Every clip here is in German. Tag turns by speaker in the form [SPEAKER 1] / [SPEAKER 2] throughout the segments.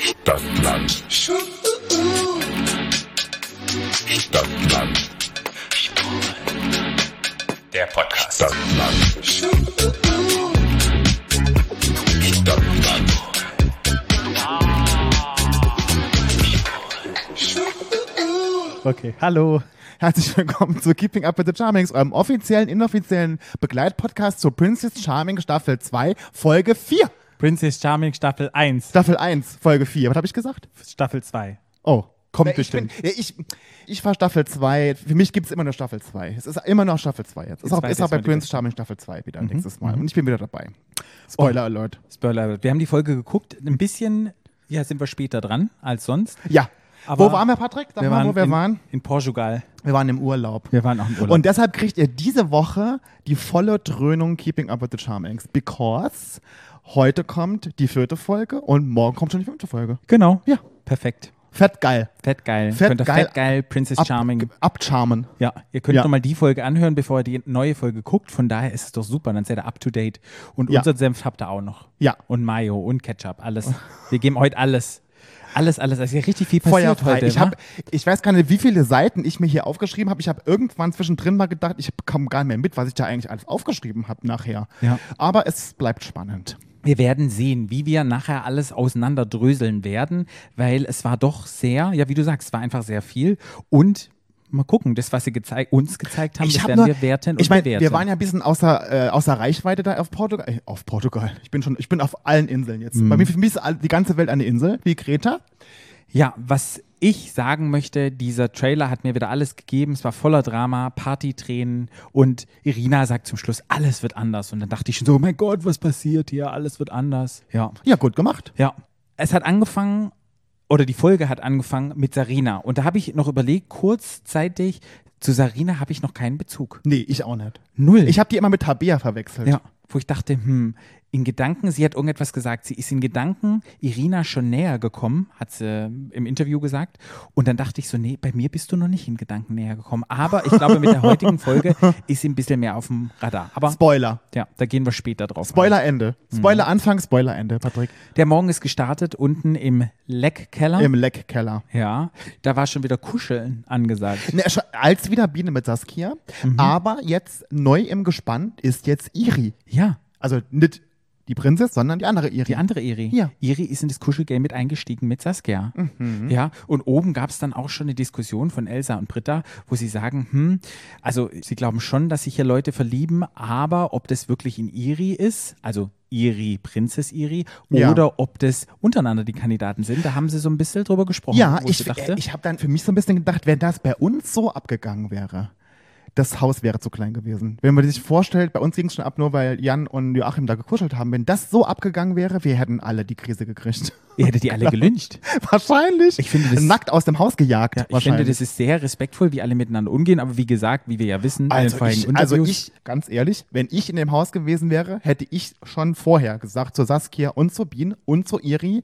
[SPEAKER 1] Stadtland. Stadtland.
[SPEAKER 2] Der Podcast.
[SPEAKER 1] Stadtland. Stadtland.
[SPEAKER 3] Okay, hallo.
[SPEAKER 4] Herzlich willkommen zu Keeping Up with the Charmings, eurem offiziellen, inoffiziellen Begleitpodcast zur Princess Charming Staffel 2, Folge 4.
[SPEAKER 3] Princess Charming Staffel 1,
[SPEAKER 4] Staffel 1, Folge 4. Was habe ich gesagt?
[SPEAKER 3] Staffel 2.
[SPEAKER 4] Oh, kommt
[SPEAKER 3] Na, ich
[SPEAKER 4] bestimmt. ja, ich, ich war Staffel 2. Für mich gibt es immer nur Staffel 2. Es ist immer noch Staffel 2 jetzt. Ist
[SPEAKER 3] Jetzt
[SPEAKER 4] auch,
[SPEAKER 3] weiß
[SPEAKER 4] ist auch
[SPEAKER 3] ich's
[SPEAKER 4] bei
[SPEAKER 3] mal
[SPEAKER 4] Princess Charming Staffel 2 wieder nächstes Mal. Und ich bin wieder dabei. Mhm. Spoiler Alert.
[SPEAKER 3] Spoiler alert. Wir haben die Folge geguckt. Ein bisschen, ja, sind wir später dran als sonst.
[SPEAKER 4] Ja.
[SPEAKER 3] Aber
[SPEAKER 4] wo waren wir, Patrick? Sag mal, wo wir
[SPEAKER 3] in,
[SPEAKER 4] waren.
[SPEAKER 3] In Portugal.
[SPEAKER 4] Wir waren im Urlaub.
[SPEAKER 3] Wir waren auch im Urlaub.
[SPEAKER 4] Und deshalb kriegt ihr diese Woche die volle Dröhnung Keeping Up with the Charmings. Because heute kommt die vierte Folge und morgen kommt schon die fünfte Folge.
[SPEAKER 3] genau.
[SPEAKER 4] Ja.
[SPEAKER 3] Perfekt.
[SPEAKER 4] Fett geil.
[SPEAKER 3] Fett geil.
[SPEAKER 4] Fett
[SPEAKER 3] könnt ihr
[SPEAKER 4] geil.
[SPEAKER 3] fett geil Princess
[SPEAKER 4] Ab-
[SPEAKER 3] Charming.
[SPEAKER 4] Abcharmen.
[SPEAKER 3] Ja, ihr könnt
[SPEAKER 4] Ja.
[SPEAKER 3] nochmal die Folge anhören, bevor ihr die neue Folge guckt. Von daher ist es doch super. Dann seid ihr up to date. Und
[SPEAKER 4] Ja.
[SPEAKER 3] unseren Senf habt ihr auch noch.
[SPEAKER 4] Ja.
[SPEAKER 3] Und Mayo und Ketchup. Alles. Wir geben heute alles. Alles, alles. Es ist ja richtig viel passiert
[SPEAKER 4] Feuerfrei.
[SPEAKER 3] heute. ne?
[SPEAKER 4] Ich,
[SPEAKER 3] wa?
[SPEAKER 4] hab, ich weiß gar nicht, wie viele Seiten ich mir hier aufgeschrieben habe. Ich habe irgendwann zwischendrin mal gedacht, ich komme gar nicht mehr mit, was ich da eigentlich alles aufgeschrieben habe nachher.
[SPEAKER 3] Ja.
[SPEAKER 4] Aber es bleibt spannend.
[SPEAKER 3] Wir werden sehen, wie wir nachher alles auseinanderdröseln werden, weil es war doch sehr, ja, wie du sagst, es war einfach sehr viel und mal gucken, das, was sie gezei uns gezeigt haben, das
[SPEAKER 4] hab
[SPEAKER 3] werden
[SPEAKER 4] nur-
[SPEAKER 3] wir werten und
[SPEAKER 4] ich mein,
[SPEAKER 3] bewerten.
[SPEAKER 4] Wir waren ja ein bisschen außer, äh, außer Reichweite da auf Portugal. Äh, auf Portugal. Ich bin schon, ich bin auf allen Inseln
[SPEAKER 3] Mhm.
[SPEAKER 4] jetzt. Bei mir für mich ist all- die ganze Welt eine Insel, wie Kreta.
[SPEAKER 3] ja, was ich sagen möchte, dieser Trailer hat mir wieder alles gegeben, es war voller Drama, Partytränen und Irina sagt zum Schluss, alles wird anders und dann dachte ich schon so, oh mein Gott, was passiert hier, alles wird anders. Ja.
[SPEAKER 4] Ja, gut gemacht.
[SPEAKER 3] Ja. Es hat angefangen, oder die Folge hat angefangen mit Sarina. Und da habe ich noch überlegt, kurzzeitig, zu Sarina habe ich noch keinen Bezug.
[SPEAKER 4] Nee, ich auch nicht.
[SPEAKER 3] Null.
[SPEAKER 4] Ich habe die immer mit Tabea verwechselt.
[SPEAKER 3] ja. Wo ich dachte, hm, in Gedanken, sie hat irgendetwas gesagt. Sie ist in Gedanken Irina schon näher gekommen, hat sie im Interview gesagt. Und dann dachte ich so, nee, bei mir bist du noch nicht in Gedanken näher gekommen. Aber ich glaube, mit der heutigen Folge ist sie ein bisschen mehr auf dem Radar. Aber
[SPEAKER 4] Spoiler.
[SPEAKER 3] ja, da gehen wir später drauf. ein.
[SPEAKER 4] Spoiler Ende.
[SPEAKER 3] Mhm.
[SPEAKER 4] Spoiler Anfang, Spoiler Ende, Patrick.
[SPEAKER 3] Der Morgen ist gestartet unten im Leckkeller.
[SPEAKER 4] Im Leckkeller.
[SPEAKER 3] Ja, da war schon wieder Kuscheln angesagt.
[SPEAKER 4] Ne, schon als wieder Biene mit Saskia.
[SPEAKER 3] Mhm.
[SPEAKER 4] Aber jetzt neu im Gespann ist jetzt Iri.
[SPEAKER 3] Ja,
[SPEAKER 4] Also nicht die Prinzessin, sondern die andere Iri.
[SPEAKER 3] die andere Iri.
[SPEAKER 4] Ja. Mhm.
[SPEAKER 3] Iri ist in das Kuschelgame mit eingestiegen mit Saskia. Ja, und oben gab es dann auch schon eine Diskussion von Elsa und Britta, wo sie sagen, hm, also sie glauben schon, dass sich hier Leute verlieben, aber ob das wirklich in Iri ist, also Iri, Prinzess Iri,
[SPEAKER 4] Ja.
[SPEAKER 3] oder ob das untereinander die Kandidaten sind, da haben sie so ein bisschen drüber gesprochen.
[SPEAKER 4] Ja,
[SPEAKER 3] wo
[SPEAKER 4] ich,
[SPEAKER 3] dachte,
[SPEAKER 4] äh, ich habe dann für mich so ein bisschen gedacht, wenn das bei uns so abgegangen wäre, das Haus wäre zu klein gewesen. Wenn man sich vorstellt, bei uns ging es schon ab, nur weil Jan und Joachim da gekuschelt haben. Wenn das so abgegangen wäre, wir hätten alle die Krise gekriegt.
[SPEAKER 3] ihr hättet die alle gelünscht.
[SPEAKER 4] wahrscheinlich.
[SPEAKER 3] Ich finde das-
[SPEAKER 4] Nackt aus dem Haus gejagt.
[SPEAKER 3] Ja, ich finde,
[SPEAKER 4] wahrscheinlich.
[SPEAKER 3] das ist sehr respektvoll, wie alle miteinander umgehen, aber wie gesagt, wie wir ja wissen, in den
[SPEAKER 4] also
[SPEAKER 3] vorherigen
[SPEAKER 4] ich, also
[SPEAKER 3] Interviews-
[SPEAKER 4] ich, ganz ehrlich, wenn ich in dem Haus gewesen wäre, hätte ich schon vorher gesagt zu Saskia und zu Bienen und zu Iri,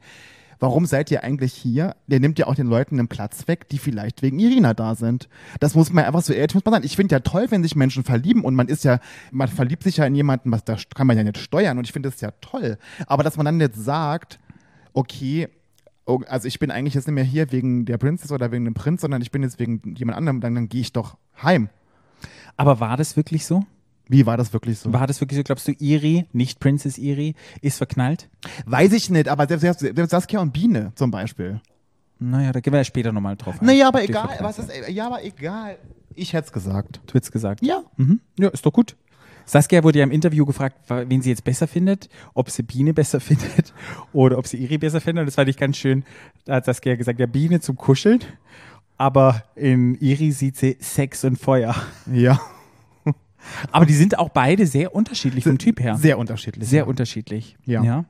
[SPEAKER 4] warum seid ihr eigentlich hier? Der nimmt ja auch den Leuten einen Platz weg, die vielleicht wegen Irina da sind. Das muss man einfach so ehrlich muss man sein. Ich finde ja toll, wenn sich Menschen verlieben und man ist ja, man verliebt sich ja in jemanden, was da kann man ja nicht steuern und ich finde das ja toll. Aber dass man dann jetzt sagt, okay, oh, also ich bin eigentlich jetzt nicht mehr hier wegen der Prinzessin oder wegen dem Prinz, sondern ich bin jetzt wegen jemand anderem, dann, dann gehe ich doch heim.
[SPEAKER 3] Aber war das wirklich so?
[SPEAKER 4] Wie war das wirklich so?
[SPEAKER 3] War das wirklich so? Glaubst du, Iri, nicht Princess Iri, ist verknallt?
[SPEAKER 4] Weiß ich nicht, aber selbst, selbst, selbst Saskia und Biene zum Beispiel.
[SPEAKER 3] Naja, da gehen wir ja später nochmal drauf ein.
[SPEAKER 4] Naja, aber
[SPEAKER 3] Ob die
[SPEAKER 4] egal.
[SPEAKER 3] verknallt
[SPEAKER 4] Was ist, ja, aber egal. Ich hätte es gesagt.
[SPEAKER 3] Du hättest gesagt.
[SPEAKER 4] Ja.
[SPEAKER 3] Mhm. Ja, ist doch gut. Saskia wurde ja im Interview gefragt, wa- wen sie jetzt besser findet, ob sie Biene besser findet oder ob sie Iri besser findet. Und das fand ich ganz schön. Da hat Saskia gesagt, ja, Biene zum Kuscheln, aber in Iri sieht sie Sex und Feuer.
[SPEAKER 4] Ja.
[SPEAKER 3] Aber die sind auch beide sehr unterschiedlich vom Typ her.
[SPEAKER 4] Sehr unterschiedlich.
[SPEAKER 3] Sehr unterschiedlich.
[SPEAKER 4] Ja.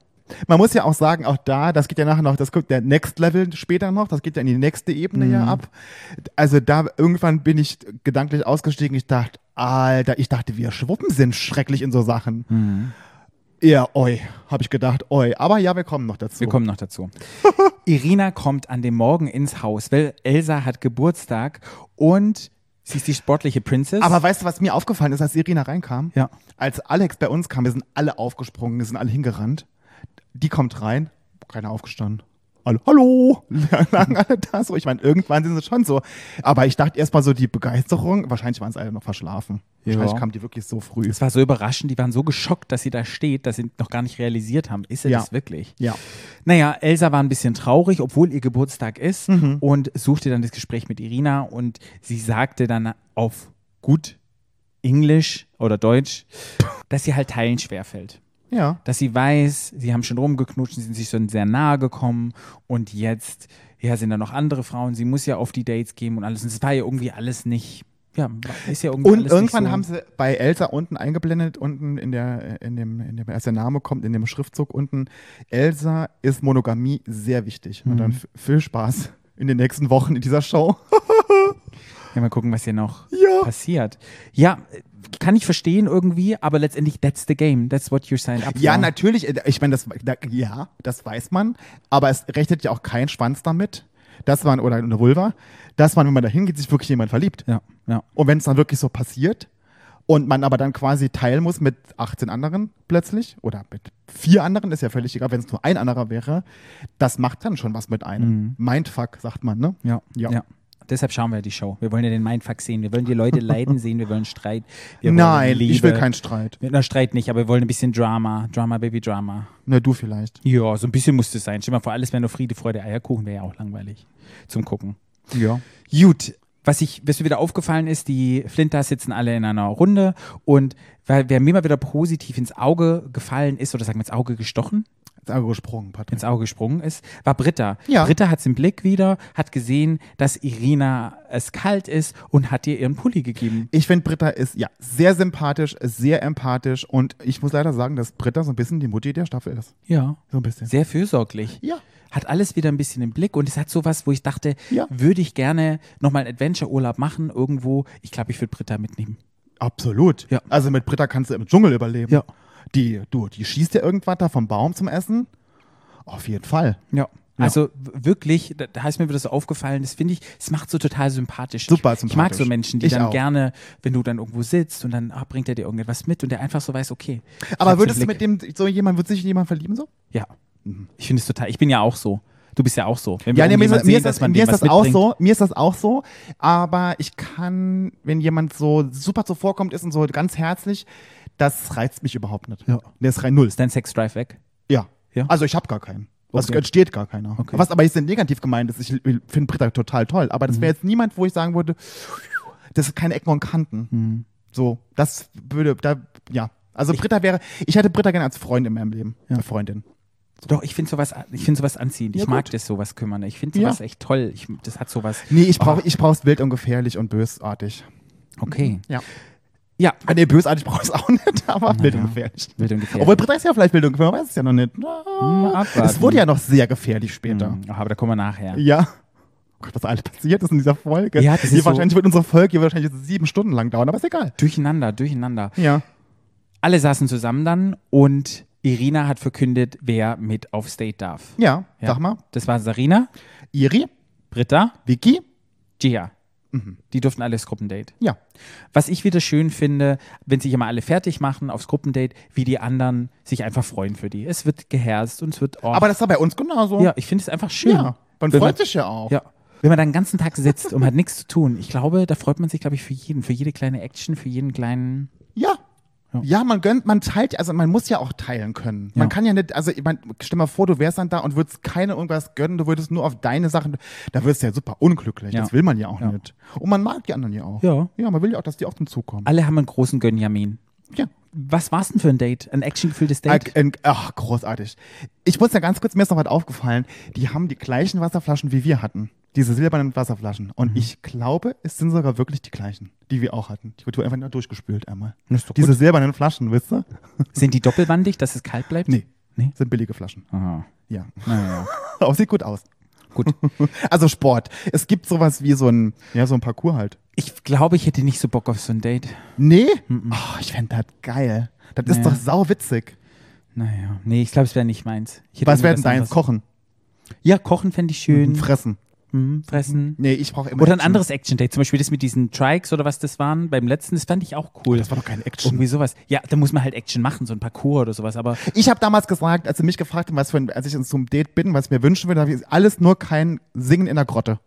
[SPEAKER 4] Man muss ja auch sagen, auch da, das geht ja nachher noch, das kommt der Next Level später noch, das geht ja in die nächste Ebene
[SPEAKER 3] Mhm.
[SPEAKER 4] ja ab. Also da irgendwann bin ich gedanklich ausgestiegen. Ich dachte, Alter, ich dachte, wir Schwuppen sind schrecklich in so Sachen.
[SPEAKER 3] Mhm.
[SPEAKER 4] Ja, oi, habe ich gedacht, oi. Aber ja, wir kommen noch dazu.
[SPEAKER 3] Wir kommen noch dazu. Irina kommt an dem Morgen ins Haus, weil Elsa hat Geburtstag und sie ist die sportliche Princess.
[SPEAKER 4] Aber weißt du, was mir aufgefallen ist, als Irina reinkam?
[SPEAKER 3] ja.
[SPEAKER 4] Als Alex bei uns kam, wir sind alle aufgesprungen, wir sind alle hingerannt. Die kommt rein, keiner aufgestanden. alle, hallo, lagen alle da so. Ich meine, irgendwann sind sie schon so. Aber ich dachte erst mal so, die Begeisterung, wahrscheinlich waren es alle noch verschlafen. Wahrscheinlich
[SPEAKER 3] Ja.
[SPEAKER 4] kamen die wirklich so früh.
[SPEAKER 3] Es war so überraschend, die waren so geschockt, dass sie da steht, dass sie noch gar nicht realisiert haben, ist sie
[SPEAKER 4] Ja.
[SPEAKER 3] das wirklich?
[SPEAKER 4] Ja.
[SPEAKER 3] Naja, Elsa war ein bisschen traurig, obwohl ihr Geburtstag ist
[SPEAKER 4] Mhm.
[SPEAKER 3] und suchte dann das Gespräch mit Irina und sie sagte dann auf gut Englisch oder Deutsch, dass ihr halt Teilen schwerfällt.
[SPEAKER 4] Ja.
[SPEAKER 3] Dass sie weiß, sie haben schon rumgeknutscht, sie sind sich schon sehr nahe gekommen und jetzt, ja, sind da noch andere Frauen, sie muss ja auf die Dates gehen und alles. Und es war ja irgendwie alles nicht, ja, ist ja irgendwie
[SPEAKER 4] Und
[SPEAKER 3] alles
[SPEAKER 4] irgendwann
[SPEAKER 3] nicht so.
[SPEAKER 4] haben sie bei Elsa unten eingeblendet, unten in der, äh, in dem, in dem, als der Name kommt, in dem Schriftzug unten, Elsa ist Monogamie sehr wichtig. Und
[SPEAKER 3] Mhm.
[SPEAKER 4] dann f- viel Spaß in den nächsten Wochen in dieser Show.
[SPEAKER 3] Ja, mal gucken, was hier noch
[SPEAKER 4] Ja.
[SPEAKER 3] passiert. Ja, äh, kann ich verstehen irgendwie, aber letztendlich, that's the game. That's what you signed up
[SPEAKER 4] Ja,
[SPEAKER 3] for.
[SPEAKER 4] natürlich. äh, Ich meine, das, da, ja, das weiß man. Aber es rechnet ja auch kein Schwanz damit, dass man, oder eine Vulva, dass man, wenn man da hingeht, sich wirklich in jemand verliebt.
[SPEAKER 3] Ja, ja.
[SPEAKER 4] Und wenn es dann wirklich so passiert und man aber dann quasi teilen muss mit 18 anderen plötzlich oder mit vier anderen, ist ja völlig egal, wenn es nur ein anderer wäre, das macht dann schon was mit einem. Mindfuck, sagt man, ne?
[SPEAKER 3] Ja,
[SPEAKER 4] Ja.
[SPEAKER 3] ja. Deshalb schauen wir die Show. Wir wollen ja den Mindfuck sehen. Wir wollen die Leute leiden sehen. Wir wollen Streit. Wir wollen
[SPEAKER 4] Nein,
[SPEAKER 3] Liebe.
[SPEAKER 4] ich will keinen Streit.
[SPEAKER 3] Na, Streit nicht, aber wir wollen ein bisschen Drama. Drama, Baby, Drama.
[SPEAKER 4] Na, du vielleicht.
[SPEAKER 3] Ja, so ein bisschen muss es sein. Stell mal vor, alles wäre nur Friede, Freude, Eierkuchen. Wäre ja auch langweilig zum Gucken.
[SPEAKER 4] Ja.
[SPEAKER 3] Gut. Was, ich, was mir wieder aufgefallen ist, die Flinters sitzen alle in einer Runde und wer, wer mir mal wieder positiv ins Auge gefallen ist, oder sagen wir ins Auge gestochen,
[SPEAKER 4] Ist aber gesprungen, Patrick.
[SPEAKER 3] ins Auge gesprungen ist, war Britta.
[SPEAKER 4] Ja.
[SPEAKER 3] Britta hat es im Blick wieder, hat gesehen, dass Irina es kalt ist und hat ihr ihren Pulli gegeben.
[SPEAKER 4] Ich finde, Britta ist ja sehr sympathisch, sehr empathisch und ich muss leider sagen, dass Britta so ein bisschen die Mutti der Staffel ist.
[SPEAKER 3] Ja.
[SPEAKER 4] So ein bisschen.
[SPEAKER 3] Sehr fürsorglich.
[SPEAKER 4] Ja.
[SPEAKER 3] Hat alles wieder ein bisschen im Blick und es hat sowas, wo ich dachte,
[SPEAKER 4] Ja.
[SPEAKER 3] würde ich gerne nochmal einen Adventure-Urlaub machen irgendwo. Ich glaube, ich würde Britta mitnehmen.
[SPEAKER 4] Absolut.
[SPEAKER 3] Ja.
[SPEAKER 4] Also mit Britta kannst du im Dschungel überleben.
[SPEAKER 3] Ja.
[SPEAKER 4] Die, du, die schießt ja irgendwas da vom Baum zum Essen. Auf jeden Fall.
[SPEAKER 3] Ja. Also w- wirklich, da, da ist mir wieder so aufgefallen, das finde ich, es macht so total sympathisch.
[SPEAKER 4] Super
[SPEAKER 3] Ich- Ich mag so
[SPEAKER 4] sympathisch.
[SPEAKER 3] Menschen, die
[SPEAKER 4] Ich
[SPEAKER 3] dann
[SPEAKER 4] auch.
[SPEAKER 3] gerne, wenn du dann irgendwo sitzt und dann ah, bringt er dir irgendetwas mit und der einfach so weiß, okay. ich hab's
[SPEAKER 4] Aber
[SPEAKER 3] im
[SPEAKER 4] würdest du
[SPEAKER 3] Blick.
[SPEAKER 4] mit dem, so jemand, würdest du dich in jemanden verlieben so?
[SPEAKER 3] Ja. Ich finde es total. Ich bin ja auch so. Du bist ja auch so. Wenn
[SPEAKER 4] Ja, nee, mir ist,
[SPEAKER 3] irgendjemand
[SPEAKER 4] das- mir
[SPEAKER 3] sehen,
[SPEAKER 4] ist das,
[SPEAKER 3] man
[SPEAKER 4] mir
[SPEAKER 3] dem
[SPEAKER 4] ist das
[SPEAKER 3] was
[SPEAKER 4] auch
[SPEAKER 3] mitbringt-
[SPEAKER 4] so, mir ist das auch so, aber ich kann, wenn jemand so super zuvorkommt ist und so ganz herzlich, das reizt mich überhaupt nicht.
[SPEAKER 3] Ja.
[SPEAKER 4] Das ist rein null.
[SPEAKER 3] Ist dein Sex Drive weg?
[SPEAKER 4] Ja.
[SPEAKER 3] Ja?
[SPEAKER 4] Also ich habe gar keinen. Also
[SPEAKER 3] Okay.
[SPEAKER 4] entsteht gar keiner.
[SPEAKER 3] Okay.
[SPEAKER 4] Was aber jetzt nicht negativ gemeint ist, ich finde Britta total toll, aber
[SPEAKER 3] Mhm.
[SPEAKER 4] das wäre jetzt niemand, wo ich sagen würde, das ist keine Ecken und Kanten.
[SPEAKER 3] Mhm.
[SPEAKER 4] So, das würde, da, ja. Also Britta wäre, ich hätte Britta gerne als Freund in meinem Leben. Eine Freundin.
[SPEAKER 3] Doch, ich finde sowas, ich finde sowas anziehend. Ich
[SPEAKER 4] Ja,
[SPEAKER 3] mag
[SPEAKER 4] gut.
[SPEAKER 3] das sowas kümmern. Ich finde
[SPEAKER 4] Ja.
[SPEAKER 3] sowas echt toll. Ich, das hat sowas.
[SPEAKER 4] Nee, ich
[SPEAKER 3] Oh.
[SPEAKER 4] brauche ich brauch's wild und gefährlich und bösartig.
[SPEAKER 3] Okay.
[SPEAKER 4] Ja.
[SPEAKER 3] Ja.
[SPEAKER 4] Ah, nee, bösartig brauche ich auch nicht, aber wild und gefährlich.
[SPEAKER 3] Wild und gefährlich.
[SPEAKER 4] Obwohl Britta ist ja vielleicht wild und gefährlich, man weiß es ja noch nicht. Na,
[SPEAKER 3] abwarten.
[SPEAKER 4] es wurde ja noch sehr gefährlich später.
[SPEAKER 3] Hm, aber da kommen wir nachher.
[SPEAKER 4] Ja. Oh Gott, was alles passiert ist in dieser Folge.
[SPEAKER 3] Ja, das ist
[SPEAKER 4] Hier
[SPEAKER 3] so-
[SPEAKER 4] wahrscheinlich wird unsere Folge hier wahrscheinlich sieben Stunden lang dauern, aber ist egal.
[SPEAKER 3] Durcheinander, durcheinander.
[SPEAKER 4] Ja.
[SPEAKER 3] Alle saßen zusammen dann und Irina hat verkündet, wer mit aufs Date darf.
[SPEAKER 4] Ja,
[SPEAKER 3] Ja.
[SPEAKER 4] sag mal.
[SPEAKER 3] Das war Sarina,
[SPEAKER 4] Iri,
[SPEAKER 3] Britta,
[SPEAKER 4] Vicky,
[SPEAKER 3] Gia.
[SPEAKER 4] Mhm.
[SPEAKER 3] Die durften alles Gruppendate.
[SPEAKER 4] ja.
[SPEAKER 3] Was ich wieder schön finde, wenn sich immer alle fertig machen aufs Gruppendate, wie die anderen sich einfach freuen für die. Es wird geherzt und es wird oh,
[SPEAKER 4] Aber das war bei uns genauso.
[SPEAKER 3] Ja, ich finde es einfach schön.
[SPEAKER 4] ja. Man
[SPEAKER 3] Wenn
[SPEAKER 4] freut sich ja auch.
[SPEAKER 3] Ja. Wenn man dann den ganzen Tag sitzt und hat nichts zu tun, ich glaube, da freut man sich, glaube ich, für jeden, für jede kleine Action, für jeden kleinen.
[SPEAKER 4] Ja.
[SPEAKER 3] Ja.
[SPEAKER 4] Ja, man gönnt, man teilt, also man muss ja auch teilen können. Man
[SPEAKER 3] Ja.
[SPEAKER 4] kann ja nicht, also ich mein, stell mal vor, du wärst dann da und würdest keine irgendwas gönnen, du würdest nur auf deine Sachen, da wirst du ja super unglücklich.
[SPEAKER 3] Ja.
[SPEAKER 4] Das will man ja auch
[SPEAKER 3] Ja.
[SPEAKER 4] nicht. Und man mag die anderen ja auch.
[SPEAKER 3] Ja.
[SPEAKER 4] Ja, man will ja auch, dass die auch zum Zug kommen.
[SPEAKER 3] Alle haben einen großen Gönjamin.
[SPEAKER 4] Ja.
[SPEAKER 3] Was war's denn für ein Date? Ein actiongefülltes Date?
[SPEAKER 4] Äh, äh, Ach, großartig. Ich muss ja ganz kurz, mir ist noch was aufgefallen. Die haben die gleichen Wasserflaschen, wie wir hatten. Diese silbernen Wasserflaschen. Und
[SPEAKER 3] Mhm.
[SPEAKER 4] ich glaube, es sind sogar wirklich die gleichen, die wir auch hatten. Die wurde einfach nur durchgespült einmal.
[SPEAKER 3] Das ist doch
[SPEAKER 4] Diese silbernen Flaschen, wisst ihr?
[SPEAKER 3] Sind die doppelwandig, dass es kalt bleibt?
[SPEAKER 4] Nee.
[SPEAKER 3] Nee?
[SPEAKER 4] Sind billige Flaschen.
[SPEAKER 3] Aha.
[SPEAKER 4] Ja.
[SPEAKER 3] Naja.
[SPEAKER 4] Aber sieht gut aus.
[SPEAKER 3] Gut.
[SPEAKER 4] Also Sport. Es gibt sowas wie so ein, ja, so ein Parcours halt.
[SPEAKER 3] Ich glaube, ich hätte nicht so Bock auf so ein Date.
[SPEAKER 4] Nee? Oh, ich fände das geil. Das
[SPEAKER 3] Nee.
[SPEAKER 4] ist doch sauwitzig.
[SPEAKER 3] Naja. Nee, ich glaube, es wäre nicht meins. Ich hätte
[SPEAKER 4] Was
[SPEAKER 3] irgendwie
[SPEAKER 4] werden deins? Mhm.
[SPEAKER 3] anderes.
[SPEAKER 4] Kochen,
[SPEAKER 3] Ja, kochen fände ich schön.
[SPEAKER 4] fressen.
[SPEAKER 3] Hm, fressen.
[SPEAKER 4] Nee, ich brauche immer.
[SPEAKER 3] Oder ein
[SPEAKER 4] Action.
[SPEAKER 3] anderes Action-Date, zum Beispiel das mit diesen Trikes oder was das waren beim letzten, das fand ich auch cool.
[SPEAKER 4] Das war doch kein Action.
[SPEAKER 3] Irgendwie sowas. Ja, da muss man halt Action machen, so ein Parcours oder sowas, aber
[SPEAKER 4] Ich habe damals gesagt, als sie mich gefragt haben, was für ein, als ich in so einem Date bin, was ich mir wünschen würde, habe ich gesagt, alles nur kein Singen in der Grotte.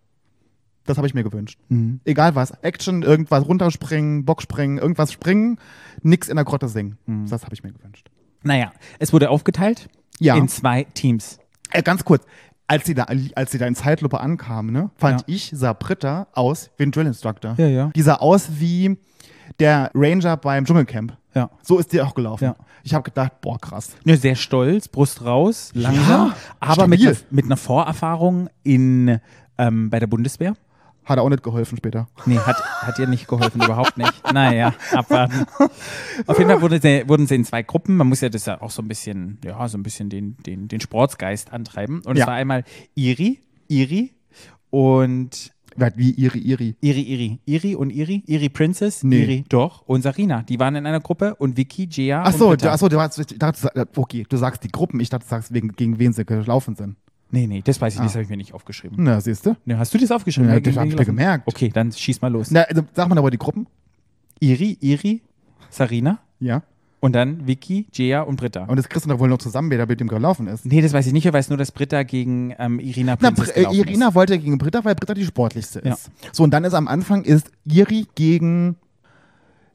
[SPEAKER 4] Das habe ich mir gewünscht.
[SPEAKER 3] Mhm.
[SPEAKER 4] Egal was. Action, irgendwas runterspringen, Bockspringen, irgendwas springen, nix in der Grotte singen.
[SPEAKER 3] Mhm.
[SPEAKER 4] Das habe ich mir gewünscht.
[SPEAKER 3] naja, es wurde aufgeteilt
[SPEAKER 4] Ja.
[SPEAKER 3] in zwei Teams.
[SPEAKER 4] Äh, ganz kurz. Als sie, da, als sie da in Zeitlupe ankamen, ne, fand
[SPEAKER 3] Ja.
[SPEAKER 4] ich, sah Britta aus wie ein Drill Instructor.
[SPEAKER 3] Ja, ja.
[SPEAKER 4] Die sah aus wie der Ranger beim Dschungelcamp.
[SPEAKER 3] Ja.
[SPEAKER 4] So ist die auch gelaufen.
[SPEAKER 3] Ja.
[SPEAKER 4] Ich habe gedacht, boah, krass.
[SPEAKER 3] Ne, sehr stolz, Brust raus, langsam,
[SPEAKER 4] Ja,
[SPEAKER 3] aber mit
[SPEAKER 4] stabil.
[SPEAKER 3] einer, mit einer Vorerfahrung in, ähm, bei der Bundeswehr.
[SPEAKER 4] Hat er auch nicht geholfen später.
[SPEAKER 3] Nee, hat, hat ihr nicht geholfen, überhaupt nicht. Naja, abwarten. Auf jeden Fall wurden sie, wurden sie in zwei Gruppen. Man muss ja das ja auch so ein bisschen, ja, so ein bisschen den, den, den Sportsgeist antreiben. Und
[SPEAKER 4] Ja.
[SPEAKER 3] es war einmal Iri, Iri und
[SPEAKER 4] Wie Iri Iri.
[SPEAKER 3] Iri, Iri, Iri und Iri, Iri Princess,
[SPEAKER 4] Nee.
[SPEAKER 3] Iri, doch, und Sarina. Die waren in einer Gruppe und Vicky, Gia
[SPEAKER 4] Ach so, also-
[SPEAKER 3] und
[SPEAKER 4] du,
[SPEAKER 3] Britta.
[SPEAKER 4] ach so, du hast, ich dachte, du sag- okay, du sagst die Gruppen, ich dachte, du sagst, wegen, gegen wen sie gelaufen sind.
[SPEAKER 3] Nee, nee, das weiß ich nicht, das habe ich mir nicht aufgeschrieben.
[SPEAKER 4] Na, siehst du?
[SPEAKER 3] Nee, hast du das aufgeschrieben?
[SPEAKER 4] Ah. Ja, das
[SPEAKER 3] Wer gegen
[SPEAKER 4] hab
[SPEAKER 3] wen
[SPEAKER 4] ich mir
[SPEAKER 3] gelaufen?
[SPEAKER 4] gemerkt.
[SPEAKER 3] Okay, dann schieß mal los.
[SPEAKER 4] Na, also, sag mal aber die Gruppen.
[SPEAKER 3] Iri, Iri, Sarina
[SPEAKER 4] Ja.
[SPEAKER 3] und dann Vicky, Gia und Britta.
[SPEAKER 4] Und das kriegst du doch wohl noch zusammen, wer da mit dem gelaufen ist.
[SPEAKER 3] Nee, das weiß ich nicht. Ich weiß nur, dass Britta gegen ähm, Irina
[SPEAKER 4] Na,
[SPEAKER 3] Princess
[SPEAKER 4] Br- äh,
[SPEAKER 3] gelaufen
[SPEAKER 4] Irina wollte gegen Britta, weil Britta die sportlichste ist. So, und dann ist am Anfang ist Iri gegen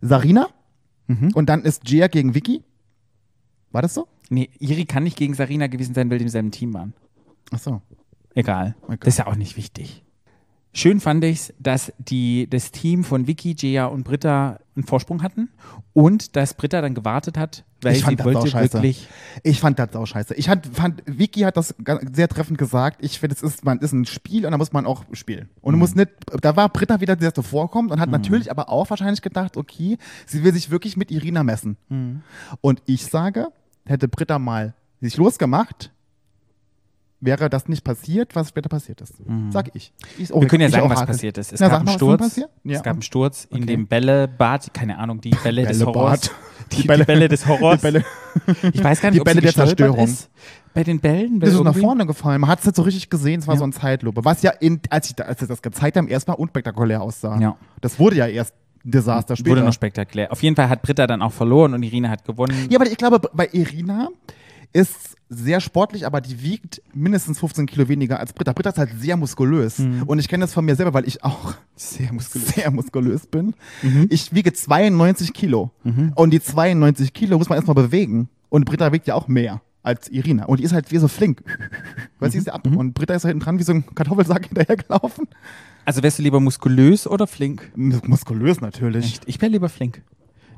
[SPEAKER 4] Sarina
[SPEAKER 3] Mhm.
[SPEAKER 4] und dann ist Gia gegen Vicky. War das so?
[SPEAKER 3] ist. Nee, Iri kann nicht gegen Sarina gewesen sein, weil die im selben Team waren.
[SPEAKER 4] Ach so.
[SPEAKER 3] Egal.
[SPEAKER 4] Egal.
[SPEAKER 3] Das ist ja auch nicht wichtig. Schön fand ich's, dass die, das Team von Vicky, Jia und Britta einen Vorsprung hatten und dass Britta dann gewartet hat, weil
[SPEAKER 4] Ich fand
[SPEAKER 3] sie
[SPEAKER 4] das
[SPEAKER 3] wollte
[SPEAKER 4] sauscheiße.
[SPEAKER 3] wirklich.
[SPEAKER 4] Ich fand das auch scheiße. Ich hat, fand, Vicky hat das ga- sehr treffend gesagt. Ich finde, es ist, man ist ein Spiel und da muss man auch spielen.
[SPEAKER 3] Mhm.
[SPEAKER 4] Und muss nicht, da war Britta wieder, die das so vorkommt und hat natürlich aber auch wahrscheinlich gedacht, okay, sie will sich wirklich mit Irina messen.
[SPEAKER 3] Mhm.
[SPEAKER 4] Und ich sage, hätte Britta mal sich losgemacht, wäre das nicht passiert, was später passiert ist. Sag ich. ich oh,
[SPEAKER 3] Mhm. Wir können ja
[SPEAKER 4] ich
[SPEAKER 3] sagen,
[SPEAKER 4] auch
[SPEAKER 3] was
[SPEAKER 4] hake.
[SPEAKER 3] passiert ist. Es
[SPEAKER 4] Na,
[SPEAKER 3] gab
[SPEAKER 4] sag
[SPEAKER 3] einen
[SPEAKER 4] mal, was
[SPEAKER 3] Sturz.
[SPEAKER 4] denn passiert? Ja.
[SPEAKER 3] Es gab einen Sturz in
[SPEAKER 4] Okay.
[SPEAKER 3] dem Bällebad. Keine Ahnung, die Bälle des
[SPEAKER 4] Bällebad.
[SPEAKER 3] Horrors. Die, die,
[SPEAKER 4] Bälle-
[SPEAKER 3] Bälle, des Horrors.
[SPEAKER 4] Die Bälle-
[SPEAKER 3] Ich weiß gar nicht,
[SPEAKER 4] die
[SPEAKER 3] ob sie
[SPEAKER 4] Bälle der
[SPEAKER 3] gestolpert
[SPEAKER 4] Zerstörung.
[SPEAKER 3] Ist. Bei den Bällen. weil
[SPEAKER 4] Das ist nach
[SPEAKER 3] irgendwie-
[SPEAKER 4] vorne gefallen. Man hat es nicht so richtig gesehen, es war
[SPEAKER 3] Ja.
[SPEAKER 4] so ein Zeitlupe. Was ja, in, als, ich, da- als sie das gezeigt haben, erstmal unspektakulär aussah.
[SPEAKER 3] Ja.
[SPEAKER 4] Das wurde ja erst ein Desaster später.
[SPEAKER 3] Wurde noch spektakulär. Auf jeden Fall hat Britta dann auch verloren und Irina hat gewonnen.
[SPEAKER 4] ja, aber ich glaube, bei Irina ist sehr sportlich, aber die wiegt mindestens 15 Kilo weniger als Britta. Britta ist halt sehr muskulös. Und ich kenne das von mir selber, weil ich auch sehr muskulös, Mhm. sehr muskulös bin. Ich wiege 92 Kilo. Und die 92 Kilo muss man erstmal bewegen. Und Britta wiegt ja auch mehr als Irina. Und die ist halt wie so flink. Weil sie ist ja ab. Und Britta ist da hinten dran wie so ein Kartoffelsack hinterhergelaufen.
[SPEAKER 3] Also wärst du lieber muskulös oder flink?
[SPEAKER 4] Mus- Muskulös natürlich.
[SPEAKER 3] Ich wäre lieber flink.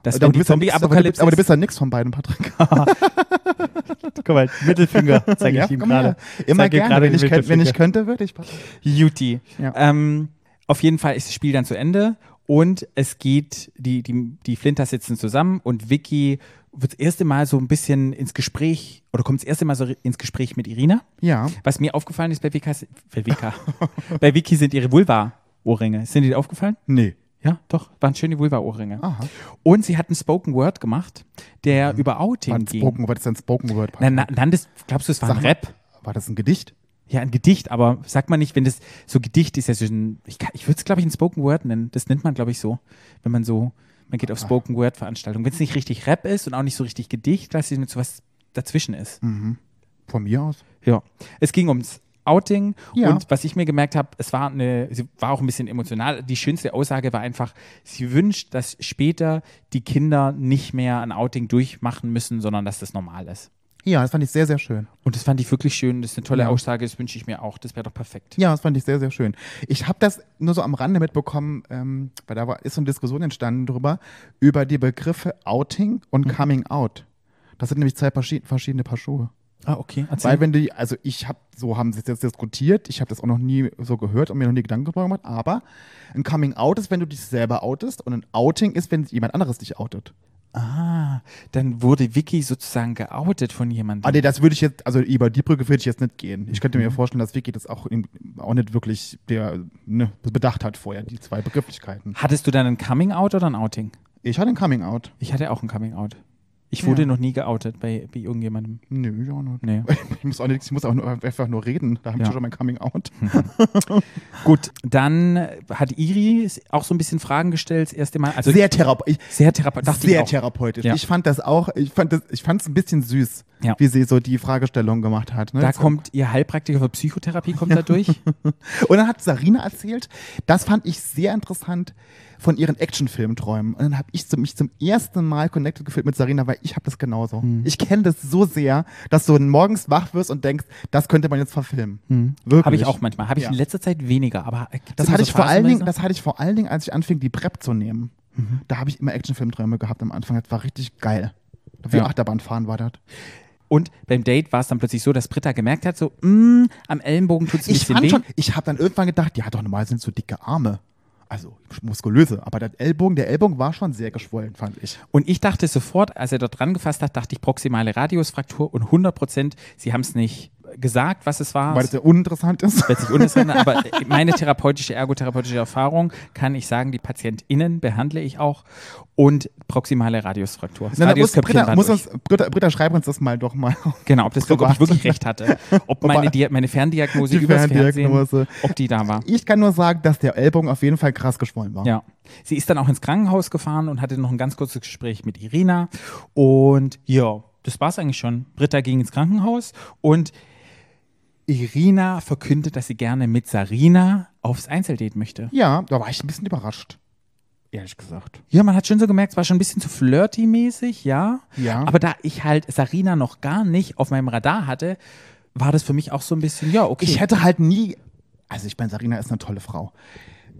[SPEAKER 3] Das
[SPEAKER 4] Aber
[SPEAKER 3] wäre
[SPEAKER 4] du,
[SPEAKER 3] die
[SPEAKER 4] bist ja nix, aber, du bist,
[SPEAKER 3] Zombie-Apokalypse.
[SPEAKER 4] aber du bist ja nix von beiden, Patrick.
[SPEAKER 3] guck mal, Mittelfinger zeige
[SPEAKER 4] Ja, komm her. Immer gerne, wenn ich, könnt, wenn ich könnte, würde ich. Patrick.
[SPEAKER 3] Juti.
[SPEAKER 4] Ja.
[SPEAKER 3] Ähm, auf jeden Fall ist das Spiel dann zu Ende und es geht, die, die, die Flinters sitzen zusammen und Vicky wird das erste Mal so ein bisschen ins Gespräch oder kommt das erste Mal so ins Gespräch mit Irina.
[SPEAKER 4] Ja.
[SPEAKER 3] Was mir aufgefallen ist bei Vika, bei Vika, bei Vicky sind ihre Vulva-Ohrringe. Sind die dir aufgefallen?
[SPEAKER 4] Nee.
[SPEAKER 3] Ja, doch, waren schöne Vulva-Ohrringe.
[SPEAKER 4] Aha.
[SPEAKER 3] Und sie hat einen Spoken Word gemacht, der über Outing
[SPEAKER 4] War, ein
[SPEAKER 3] ging.
[SPEAKER 4] Mhm. Spoken, war das ein Spoken Word?
[SPEAKER 3] Na, na, nanntest, glaubst du, es war
[SPEAKER 4] Sag
[SPEAKER 3] ein
[SPEAKER 4] mal.
[SPEAKER 3] Rap?
[SPEAKER 4] War das ein Gedicht?
[SPEAKER 3] Ja, ein Gedicht, aber sagt man nicht, wenn das so Gedicht ist, ja so ein, ich, kann- ich würde es, glaube ich, ein Spoken Word nennen. Das nennt man, glaube ich, so, wenn man so, man geht auf
[SPEAKER 4] Ah.
[SPEAKER 3] Spoken Word-Veranstaltungen. Wenn es nicht richtig Rap ist und auch nicht so richtig Gedicht, dass es mit so was dazwischen ist.
[SPEAKER 4] Von mir aus.
[SPEAKER 3] Ja, es ging ums Outing
[SPEAKER 4] Ja.
[SPEAKER 3] und was ich mir gemerkt habe, es war eine, sie war auch ein bisschen emotional. Die schönste Aussage war einfach, sie wünscht, dass später die Kinder nicht mehr ein Outing durchmachen müssen, sondern dass das normal ist.
[SPEAKER 4] Ja, das fand ich sehr, sehr schön.
[SPEAKER 3] Und das fand ich wirklich schön. Das ist eine tolle
[SPEAKER 4] Ja.
[SPEAKER 3] Aussage, das wünsche ich mir auch. Das wäre doch perfekt.
[SPEAKER 4] Ja, das fand ich sehr, sehr schön. Ich habe das nur so am Rande mitbekommen, ähm, weil da war, ist so eine Diskussion entstanden drüber, über die Begriffe Outing und
[SPEAKER 3] Mhm.
[SPEAKER 4] Coming Out. Das sind nämlich zwei verschi- verschiedene Paar Schuhe.
[SPEAKER 3] Ah, okay.
[SPEAKER 4] Weil wenn die, also ich habe, so haben sie es jetzt diskutiert, ich habe das auch noch nie so gehört und mir noch nie Gedanken darüber gemacht, aber ein Coming Out ist, wenn du dich selber outest und ein Outing ist, wenn jemand anderes dich outet.
[SPEAKER 3] ah, dann wurde Vicky sozusagen geoutet von jemandem.
[SPEAKER 4] Ah, nee, das würde ich jetzt, also über die Brücke würde ich jetzt nicht gehen. Ich
[SPEAKER 3] Mhm.
[SPEAKER 4] könnte mir vorstellen, dass Vicky das auch, in- auch nicht wirklich der, ne, bedacht hat vorher, die zwei Begrifflichkeiten.
[SPEAKER 3] Hattest du dann ein Coming-out oder ein Outing?
[SPEAKER 4] Ich hatte ein Coming Out.
[SPEAKER 3] Ich hatte auch ein Coming-out. Ich wurde
[SPEAKER 4] Ja.
[SPEAKER 3] noch nie geoutet bei, bei irgendjemandem.
[SPEAKER 4] Nö, ich auch nicht.
[SPEAKER 3] Nee.
[SPEAKER 4] Ich muss auch nichts, ich muss auch nur, einfach nur reden. Da habe ich
[SPEAKER 3] Ja. Hm.
[SPEAKER 4] schon mein Coming Out.
[SPEAKER 3] Gut, dann hat Iri auch so ein bisschen Fragen gestellt, das erste Mal. Also
[SPEAKER 4] Sehr therapeutisch.
[SPEAKER 3] sehr therapeutisch. dachte
[SPEAKER 4] Sehr
[SPEAKER 3] ich auch.
[SPEAKER 4] therapeutisch.
[SPEAKER 3] Ja.
[SPEAKER 4] Ich fand das auch, ich fand das, ich fand es ein bisschen süß,
[SPEAKER 3] Ja.
[SPEAKER 4] wie sie so die Fragestellung gemacht hat. Ne?
[SPEAKER 3] Da
[SPEAKER 4] Jetzt-
[SPEAKER 3] kommt ihr Heilpraktiker für Psychotherapie, kommt da durch.
[SPEAKER 4] Und dann hat Sarina erzählt, das fand ich sehr interessant von ihren Actionfilmträumen. Und dann habe ich zu, mich zum ersten Mal connected gefühlt mit Sarina, weil ich habe das genauso.
[SPEAKER 3] Hm.
[SPEAKER 4] Ich kenne das so sehr, dass du morgens wach wirst und denkst, das könnte man jetzt verfilmen. Wirklich.
[SPEAKER 3] Habe Hm. ich auch manchmal. Habe ich
[SPEAKER 4] Ja.
[SPEAKER 3] in letzter Zeit weniger, aber gibt's
[SPEAKER 4] Das
[SPEAKER 3] immer
[SPEAKER 4] hatte
[SPEAKER 3] so
[SPEAKER 4] ich vor allen Dingen,
[SPEAKER 3] phasenweise? Mhm.
[SPEAKER 4] das hatte ich vor allen Dingen, als ich anfing, die Prep zu nehmen. Da habe ich immer Actionfilmträume gehabt am Anfang. Das war richtig geil. Wie
[SPEAKER 3] Ja.
[SPEAKER 4] Achterbahnfahren war das.
[SPEAKER 3] Und beim Date war es dann plötzlich so, dass Britta gemerkt hat, so, mm, am Ellenbogen tut es ein
[SPEAKER 4] Ich
[SPEAKER 3] bisschen
[SPEAKER 4] fand
[SPEAKER 3] weh.
[SPEAKER 4] schon, ich habe dann irgendwann gedacht, die hat doch normal sind so dicke Arme. Also muskulöse, aber der Ellbogen, der Ellbogen war schon sehr geschwollen, fand ich.
[SPEAKER 3] Und ich dachte sofort, als er dort dran gefasst hat, dachte ich proximale Radiusfraktur und 100 Prozent, sie haben es nicht gesagt, was es war.
[SPEAKER 4] Weil das ja uninteressant ist.
[SPEAKER 3] wird sich uninteressant, an, aber äh, meine therapeutische, ergotherapeutische Erfahrung kann ich sagen, die PatientInnen behandle ich auch und proximale Radiusfraktur. Das
[SPEAKER 4] Na, da muss
[SPEAKER 3] Radiusköpfchen
[SPEAKER 4] Britta,
[SPEAKER 3] war
[SPEAKER 4] muss
[SPEAKER 3] durch.
[SPEAKER 4] uns, Britta, Britta, schreib uns das mal doch mal.
[SPEAKER 3] genau, ob, das, ob ich
[SPEAKER 4] privat.
[SPEAKER 3] wirklich recht hatte. Ob meine, Di meine Ferndiagnose
[SPEAKER 4] Die
[SPEAKER 3] übers
[SPEAKER 4] Ferndiagnose.
[SPEAKER 3] Fernsehen, ob die da war.
[SPEAKER 4] Ich kann nur sagen, dass der Ellbogen auf jeden Fall krass geschwollen war.
[SPEAKER 3] Ja. Sie ist dann auch ins Krankenhaus gefahren und hatte noch ein ganz kurzes Gespräch mit Irina. Und ja, das war's eigentlich schon. Britta ging ins Krankenhaus und Irina verkündet, dass sie gerne mit Sarina aufs Einzeldate möchte.
[SPEAKER 4] Ja, da war ich ein bisschen überrascht. Ehrlich gesagt.
[SPEAKER 3] Ja, man hat schon so gemerkt, es war schon ein bisschen zu flirty-mäßig, ja.
[SPEAKER 4] Ja.
[SPEAKER 3] Aber da ich halt Sarina noch gar nicht auf meinem Radar hatte, war das für mich auch so ein bisschen, ja, okay.
[SPEAKER 4] Ich hätte halt nie, also ich meine, Sarina ist eine tolle Frau,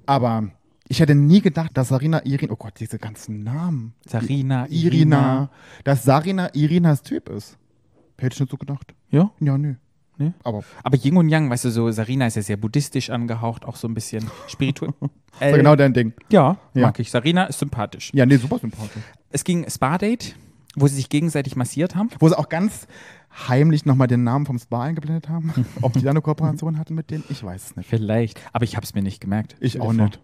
[SPEAKER 4] aber ich hätte nie gedacht, dass Sarina, Irina, oh Gott, diese ganzen Namen.
[SPEAKER 3] Sarina,
[SPEAKER 4] Irina,
[SPEAKER 3] Irina.
[SPEAKER 4] dass Sarina Irinas Typ ist. Hätte ich nicht so gedacht.
[SPEAKER 3] Ja.
[SPEAKER 4] Ja, nö.
[SPEAKER 3] Nee?
[SPEAKER 4] Aber
[SPEAKER 3] Aber Yin und Yang, weißt du, so Sarina ist ja sehr buddhistisch angehaucht, auch so ein bisschen spirituell.
[SPEAKER 4] das
[SPEAKER 3] Äh.
[SPEAKER 4] war genau dein Ding.
[SPEAKER 3] Ja,
[SPEAKER 4] Ja.
[SPEAKER 3] mag ich. Sarina ist sympathisch.
[SPEAKER 4] Ja, nee, super sympathisch.
[SPEAKER 3] Es ging Spa-Date, wo sie sich gegenseitig massiert haben.
[SPEAKER 4] Wo sie auch ganz heimlich nochmal den Namen vom Spa eingeblendet haben. Ob die da eine Kooperation hatten mit denen, ich weiß es nicht.
[SPEAKER 3] Vielleicht, aber ich habe es mir nicht gemerkt.
[SPEAKER 4] Ich auch nicht.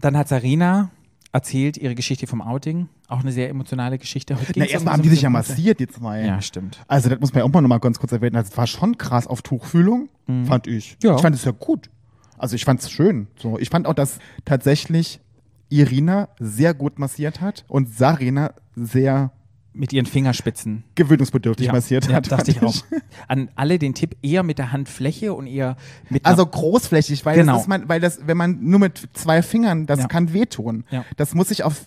[SPEAKER 3] Dann hat Sarina erzählt ihre Geschichte vom Outing, auch eine sehr emotionale Geschichte. Heute
[SPEAKER 4] Na,
[SPEAKER 3] ging's um
[SPEAKER 4] erstmal haben
[SPEAKER 3] so
[SPEAKER 4] die
[SPEAKER 3] ein
[SPEAKER 4] sich ja
[SPEAKER 3] bisschen-
[SPEAKER 4] massiert, die zwei.
[SPEAKER 3] Ja, stimmt.
[SPEAKER 4] Also, das muss man ja auch mal nochmal ganz kurz erwähnen. Das war schon krass auf Tuchfühlung, fand ich.
[SPEAKER 3] Mhm. Ja.
[SPEAKER 4] Ich fand es ja gut. Also, ich fand es schön. So, ich fand auch, dass tatsächlich Irina sehr gut massiert hat und Sarina sehr
[SPEAKER 3] Mit ihren Fingerspitzen.
[SPEAKER 4] gewöhnungsbedürftig massiert
[SPEAKER 3] ja,
[SPEAKER 4] hat.
[SPEAKER 3] dachte
[SPEAKER 4] fand
[SPEAKER 3] ich auch. An alle den Tipp, eher mit der Handfläche und eher mit
[SPEAKER 4] Also großflächig, weil,
[SPEAKER 3] Genau.
[SPEAKER 4] das ist man, weil das, wenn man nur mit zwei Fingern, das
[SPEAKER 3] Ja.
[SPEAKER 4] kann wehtun.
[SPEAKER 3] Ja.
[SPEAKER 4] Das muss sich auf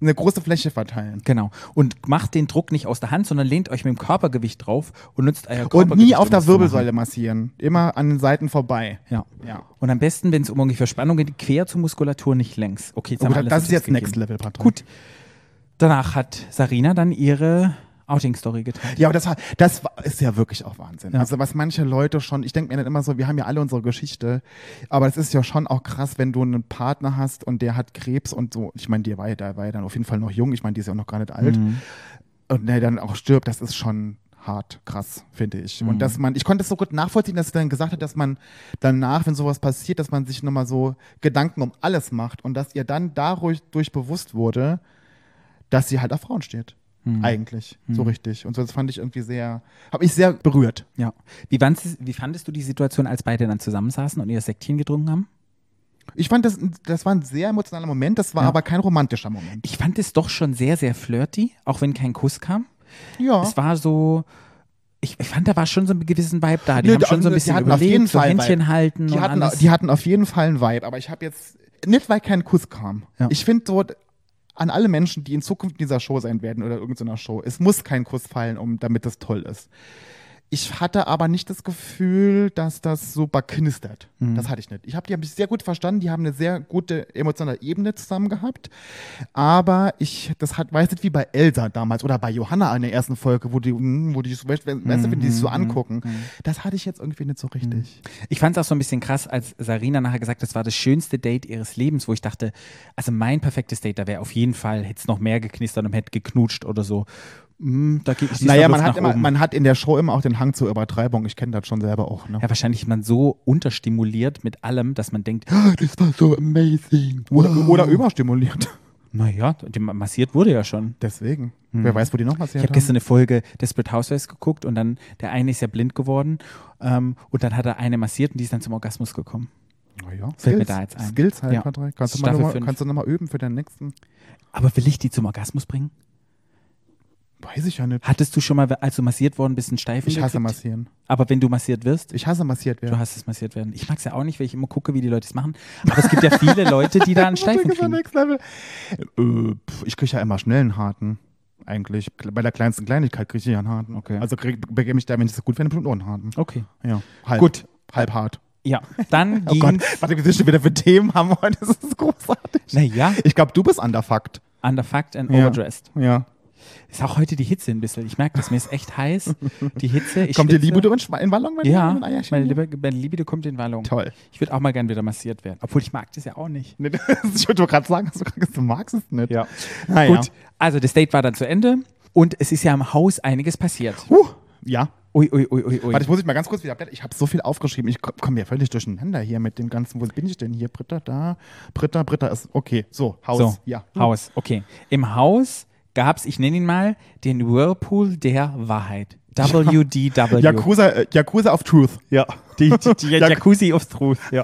[SPEAKER 4] eine große Fläche verteilen.
[SPEAKER 3] Genau. Und macht den Druck nicht aus der Hand, sondern lehnt euch mit dem Körpergewicht drauf und nutzt euer Körpergewicht.
[SPEAKER 4] Und nie auf
[SPEAKER 3] um
[SPEAKER 4] der
[SPEAKER 3] das zu machen.
[SPEAKER 4] Wirbelsäule massieren. Immer an den Seiten vorbei.
[SPEAKER 3] Ja.
[SPEAKER 4] Ja.
[SPEAKER 3] Und am besten, wenn es um ungefähr Spannung geht, quer zur Muskulatur, nicht längs. Okay, jetzt
[SPEAKER 4] Oh,
[SPEAKER 3] haben wir
[SPEAKER 4] das, das
[SPEAKER 3] alles
[SPEAKER 4] ist
[SPEAKER 3] auf Tipps
[SPEAKER 4] jetzt Next
[SPEAKER 3] gegeben.
[SPEAKER 4] Level, Patrick.
[SPEAKER 3] Gut. Danach hat Sarina dann ihre Outing-Story geteilt.
[SPEAKER 4] Ja, aber das, war- das war- ist ja wirklich auch Wahnsinn.
[SPEAKER 3] Ja.
[SPEAKER 4] Also was manche Leute schon, ich denke mir dann immer so, wir haben ja alle unsere Geschichte, aber es ist ja schon auch krass, wenn du einen Partner hast und der hat Krebs und so. Ich meine, die war ja, da war ja dann auf jeden Fall noch jung, ich meine, die ist ja auch noch gar nicht alt. Und der dann auch stirbt, das ist schon hart, krass, finde ich.
[SPEAKER 3] Mhm.
[SPEAKER 4] Und dass man, ich konnte es so gut nachvollziehen, dass sie dann gesagt hat, dass man danach, wenn sowas passiert, dass man sich nochmal so Gedanken um alles macht und dass ihr dann dadurch durch bewusst wurde, dass sie halt auf Frauen steht.
[SPEAKER 3] Mhm.
[SPEAKER 4] Eigentlich, so richtig. Und so, das fand ich irgendwie sehr, habe ich sehr berührt.
[SPEAKER 3] Ja. Wie, fandest, wie fandest du die Situation, als beide dann zusammensaßen und ihr Sektchen getrunken haben?
[SPEAKER 4] Ich fand, das, das war ein sehr emotionaler Moment, das war
[SPEAKER 3] Ja.
[SPEAKER 4] aber kein romantischer Moment.
[SPEAKER 3] Ich fand es doch schon sehr, sehr flirty, auch wenn kein Kuss kam.
[SPEAKER 4] Ja.
[SPEAKER 3] Es war so. Ich, ich fand, da war schon so ein gewissen Vibe da. Die
[SPEAKER 4] Nö,
[SPEAKER 3] haben schon so ein
[SPEAKER 4] die
[SPEAKER 3] bisschen
[SPEAKER 4] hatten auf
[SPEAKER 3] überlegt,
[SPEAKER 4] jeden
[SPEAKER 3] so
[SPEAKER 4] Fall
[SPEAKER 3] Händchen
[SPEAKER 4] Vibe.
[SPEAKER 3] halten
[SPEAKER 4] die,
[SPEAKER 3] und
[SPEAKER 4] hatten,
[SPEAKER 3] alles.
[SPEAKER 4] die hatten auf jeden Fall einen Vibe, aber ich habe jetzt, nicht weil kein Kuss kam.
[SPEAKER 3] Ja.
[SPEAKER 4] Ich finde so, an alle Menschen, die in Zukunft in dieser Show sein werden oder irgendeiner Show, es muss kein Kuss fallen, um, damit das toll ist. Ich hatte aber nicht das Gefühl, dass das super knistert.
[SPEAKER 3] Mhm.
[SPEAKER 4] Das hatte ich nicht. Ich habe die hab ich sehr gut verstanden. Die haben eine sehr gute emotionale Ebene zusammen gehabt. Aber ich, das hat, weißt du, wie bei Elsa damals oder bei Johanna in der ersten Folge, wo die, mm, wo die, so- weißt du, wenn die sich
[SPEAKER 3] Mhm.
[SPEAKER 4] so angucken. Das hatte ich jetzt irgendwie nicht so richtig.
[SPEAKER 3] Ich fand es auch so ein bisschen krass, als Sarina nachher gesagt hat, das war das schönste Date ihres Lebens, wo ich dachte, also mein perfektes Date, da wäre auf jeden Fall, hätte es noch mehr geknistert und hätte geknutscht oder so. Hm, da geht ich
[SPEAKER 4] Naja, man hat, immer, man hat in der Show immer auch den Hang zur Übertreibung. Ich kenne das schon selber auch. Ne?
[SPEAKER 3] ja, wahrscheinlich ist man so unterstimuliert mit allem, dass man denkt,
[SPEAKER 4] das war so amazing. Oder, oder überstimuliert.
[SPEAKER 3] Naja, die ma- massiert wurde ja schon.
[SPEAKER 4] Deswegen.
[SPEAKER 3] Hm.
[SPEAKER 4] Wer weiß, wo die noch
[SPEAKER 3] Ich
[SPEAKER 4] passiert
[SPEAKER 3] habe gestern eine Folge Desperate Housewives geguckt und dann, der eine ist ja blind geworden ähm, und dann hat er eine massiert und die ist dann zum Orgasmus gekommen.
[SPEAKER 4] Naja,
[SPEAKER 3] Fällt mir
[SPEAKER 4] Skills.
[SPEAKER 3] da jetzt ein.
[SPEAKER 4] Skills halt,
[SPEAKER 3] Ja.
[SPEAKER 4] Patrick. Kannst du, mal
[SPEAKER 3] Staffel
[SPEAKER 4] noch mal,
[SPEAKER 3] fünf.
[SPEAKER 4] kannst du noch mal üben für deinen nächsten?
[SPEAKER 3] Aber will ich die zum Orgasmus bringen?
[SPEAKER 4] Weiß ich ja nicht.
[SPEAKER 3] Hattest du schon mal, als du massiert worden bist, einen Steifen
[SPEAKER 4] Ich hasse
[SPEAKER 3] gekriegt?
[SPEAKER 4] massieren.
[SPEAKER 3] Aber wenn du massiert wirst,
[SPEAKER 4] Ich hasse massiert werden.
[SPEAKER 3] du hast es massiert werden. Ich mag es ja auch nicht, weil ich immer gucke, wie die Leute es machen. Aber es gibt ja viele Leute, die da einen Steifen
[SPEAKER 4] Das ist ja
[SPEAKER 3] kriegen.
[SPEAKER 4] next level. Äh, pf, ich kriege ja immer schnell einen harten. Eigentlich. Bei der kleinsten Kleinigkeit kriege ich ja einen harten.
[SPEAKER 3] Okay.
[SPEAKER 4] Also krieg- begebe ich da, wenn ich das gut finde, bestimmt auch einen harten.
[SPEAKER 3] Okay.
[SPEAKER 4] Ja. Halb,
[SPEAKER 3] Gut.
[SPEAKER 4] Halb hart.
[SPEAKER 3] Ja, dann
[SPEAKER 4] Oh
[SPEAKER 3] ging.
[SPEAKER 4] Gott, warte, wir sind schon wieder für Themen haben wir heute. Das ist großartig.
[SPEAKER 3] Naja,
[SPEAKER 4] Ich glaube, du bist underfucked.
[SPEAKER 3] underfucked and
[SPEAKER 4] Ja.
[SPEAKER 3] overdressed.
[SPEAKER 4] Ja.
[SPEAKER 3] Ist auch heute die Hitze ein bisschen. Ich merke das, mir ist echt heiß. Die Hitze. Ich
[SPEAKER 4] Kommt dir
[SPEAKER 3] schwitze.
[SPEAKER 4] Libido in, Schwa- in Ballon? wenn du Ah
[SPEAKER 3] Ja,
[SPEAKER 4] mit Eierchen-
[SPEAKER 3] meine, Liebe, meine Libido kommt in Wallung.
[SPEAKER 4] Toll.
[SPEAKER 3] Ich würde auch mal gern wieder massiert werden. Obwohl ich mag das ja auch nicht.
[SPEAKER 4] Nee, das- Ich wollte gerade sagen, hast du gerade gesagt, du magst es nicht. Ah Naja.
[SPEAKER 3] Gut, also das Date war dann zu Ende und es ist ja im Haus einiges passiert.
[SPEAKER 4] Huh. Ja.
[SPEAKER 3] Ui, ui, ui, ui, ui.
[SPEAKER 4] Warte, ich muss ich mal ganz kurz wieder blättern. Ich habe so viel aufgeschrieben. Ich komme komm ja völlig durcheinander hier mit dem Ganzen. Wo bin ich denn hier? Britta da. Britta, Britta ist. Okay, so, Haus.
[SPEAKER 3] so,
[SPEAKER 4] Ja. Hm.
[SPEAKER 3] Haus, okay. Im Haus gab es, ich nenne ihn mal, den Whirlpool der Wahrheit. WDW.
[SPEAKER 4] Yakuza, äh, Yakuza of Truth. Ja.
[SPEAKER 3] Die, die, die
[SPEAKER 4] Jak-
[SPEAKER 3] Jacuzzi of Truth, ja.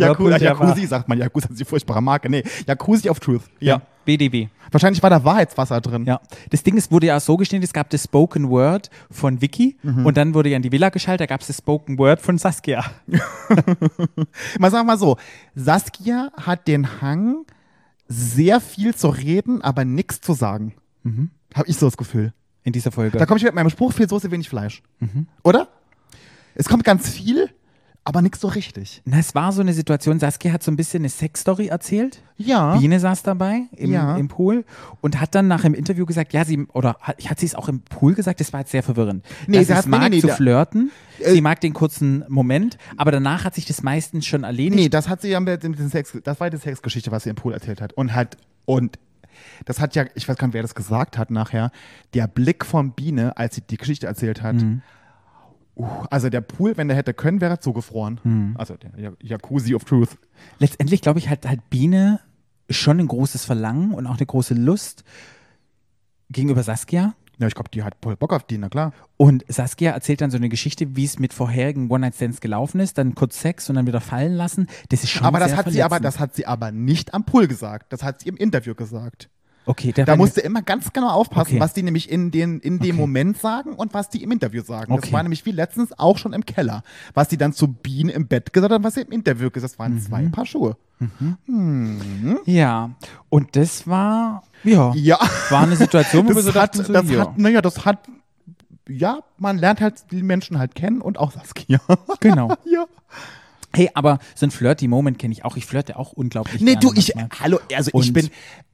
[SPEAKER 4] Yaku
[SPEAKER 3] Whirlpool
[SPEAKER 4] äh,
[SPEAKER 3] der Wahrheit.
[SPEAKER 4] Jacuzzi sagt man. Yakuza ist die furchtbare Marke. Nee, Jacuzzi of Truth. Ja.
[SPEAKER 3] Ja, BDW.
[SPEAKER 4] Wahrscheinlich war da Wahrheitswasser drin.
[SPEAKER 3] Ja, das Ding ist, wurde ja so geschnitten, es gab das Spoken Word von Vicky
[SPEAKER 4] Mhm.
[SPEAKER 3] und dann wurde ja in die Villa geschaltet, da gab es das Spoken Word von Saskia.
[SPEAKER 4] Mal sagen wir mal so: Saskia hat den Hang, sehr viel zu reden, aber nichts zu sagen. Habe ich so das Gefühl.
[SPEAKER 3] In dieser Folge.
[SPEAKER 4] Da komme ich mit meinem Spruch: viel Soße, wenig Fleisch. Oder? Es kommt ganz viel, aber nichts so richtig.
[SPEAKER 3] Na, es war so eine Situation, Saskia hat so ein bisschen eine Sexstory erzählt.
[SPEAKER 4] Ja.
[SPEAKER 3] Biene saß dabei im,
[SPEAKER 4] Ja.
[SPEAKER 3] im Pool und hat dann nach dem Interview gesagt, ja, sie, oder hat, hat sie es auch im Pool gesagt, das war jetzt sehr verwirrend.
[SPEAKER 4] Nee,
[SPEAKER 3] Dass
[SPEAKER 4] sie
[SPEAKER 3] es
[SPEAKER 4] hat- nee,
[SPEAKER 3] mag
[SPEAKER 4] nee, nee,
[SPEAKER 3] zu
[SPEAKER 4] da-
[SPEAKER 3] flirten,
[SPEAKER 4] Äh,
[SPEAKER 3] sie mag den kurzen Moment, aber danach hat sich das meistens schon erledigt.
[SPEAKER 4] Nee, das hat sie ja mit dem mit dem Sex, das war die Sexgeschichte, was sie im Pool erzählt hat. Und hat, und das hat ja, ich weiß gar nicht, wer das gesagt hat nachher, der Blick von Biene, als sie die Geschichte erzählt hat. Uh, also der Pool, wenn der hätte können, wäre er zugefroren. Also der Ja- Jacuzzi of Truth.
[SPEAKER 3] Letztendlich, glaube ich, hat, hat Biene schon ein großes Verlangen und auch eine große Lust gegenüber Saskia.
[SPEAKER 4] Ja, ich glaube, die hat voll Bock auf die, na klar.
[SPEAKER 3] Und Saskia erzählt dann so eine Geschichte, wie es mit vorherigen One-Night-Stands gelaufen ist, dann kurz Sex und dann wieder fallen lassen. Das ist schon
[SPEAKER 4] aber das
[SPEAKER 3] sehr
[SPEAKER 4] hat sie aber,
[SPEAKER 3] verletzend.
[SPEAKER 4] das hat sie aber nicht am Pool gesagt. Das hat sie im Interview gesagt.
[SPEAKER 3] Okay, der
[SPEAKER 4] Da
[SPEAKER 3] war-
[SPEAKER 4] musste immer ganz genau aufpassen,
[SPEAKER 3] Okay.
[SPEAKER 4] was die nämlich in, den, in dem
[SPEAKER 3] Okay.
[SPEAKER 4] Moment sagen und was die im Interview sagen. Das
[SPEAKER 3] Okay.
[SPEAKER 4] war nämlich wie letztens auch schon im Keller. Was die dann zu Bienen im Bett gesagt hat, was sie im Interview gesagt hat. Das waren zwei
[SPEAKER 3] Mhm.
[SPEAKER 4] Paar Schuhe.
[SPEAKER 3] Ja, und das war, ja,
[SPEAKER 4] Ja,
[SPEAKER 3] war eine Situation, wo wir
[SPEAKER 4] das,
[SPEAKER 3] so
[SPEAKER 4] hat,
[SPEAKER 3] dachten, so,
[SPEAKER 4] das
[SPEAKER 3] ja.
[SPEAKER 4] hat, naja, das hat, ja, man lernt halt die Menschen halt kennen und auch Saskia.
[SPEAKER 3] genau.
[SPEAKER 4] ja.
[SPEAKER 3] Hey, aber so ein flirty Moment kenne ich auch. Ich flirte auch unglaublich
[SPEAKER 4] Nee,
[SPEAKER 3] gerne
[SPEAKER 4] du, ich,
[SPEAKER 3] manchmal.
[SPEAKER 4] hallo, also ich
[SPEAKER 3] Und-
[SPEAKER 4] bin,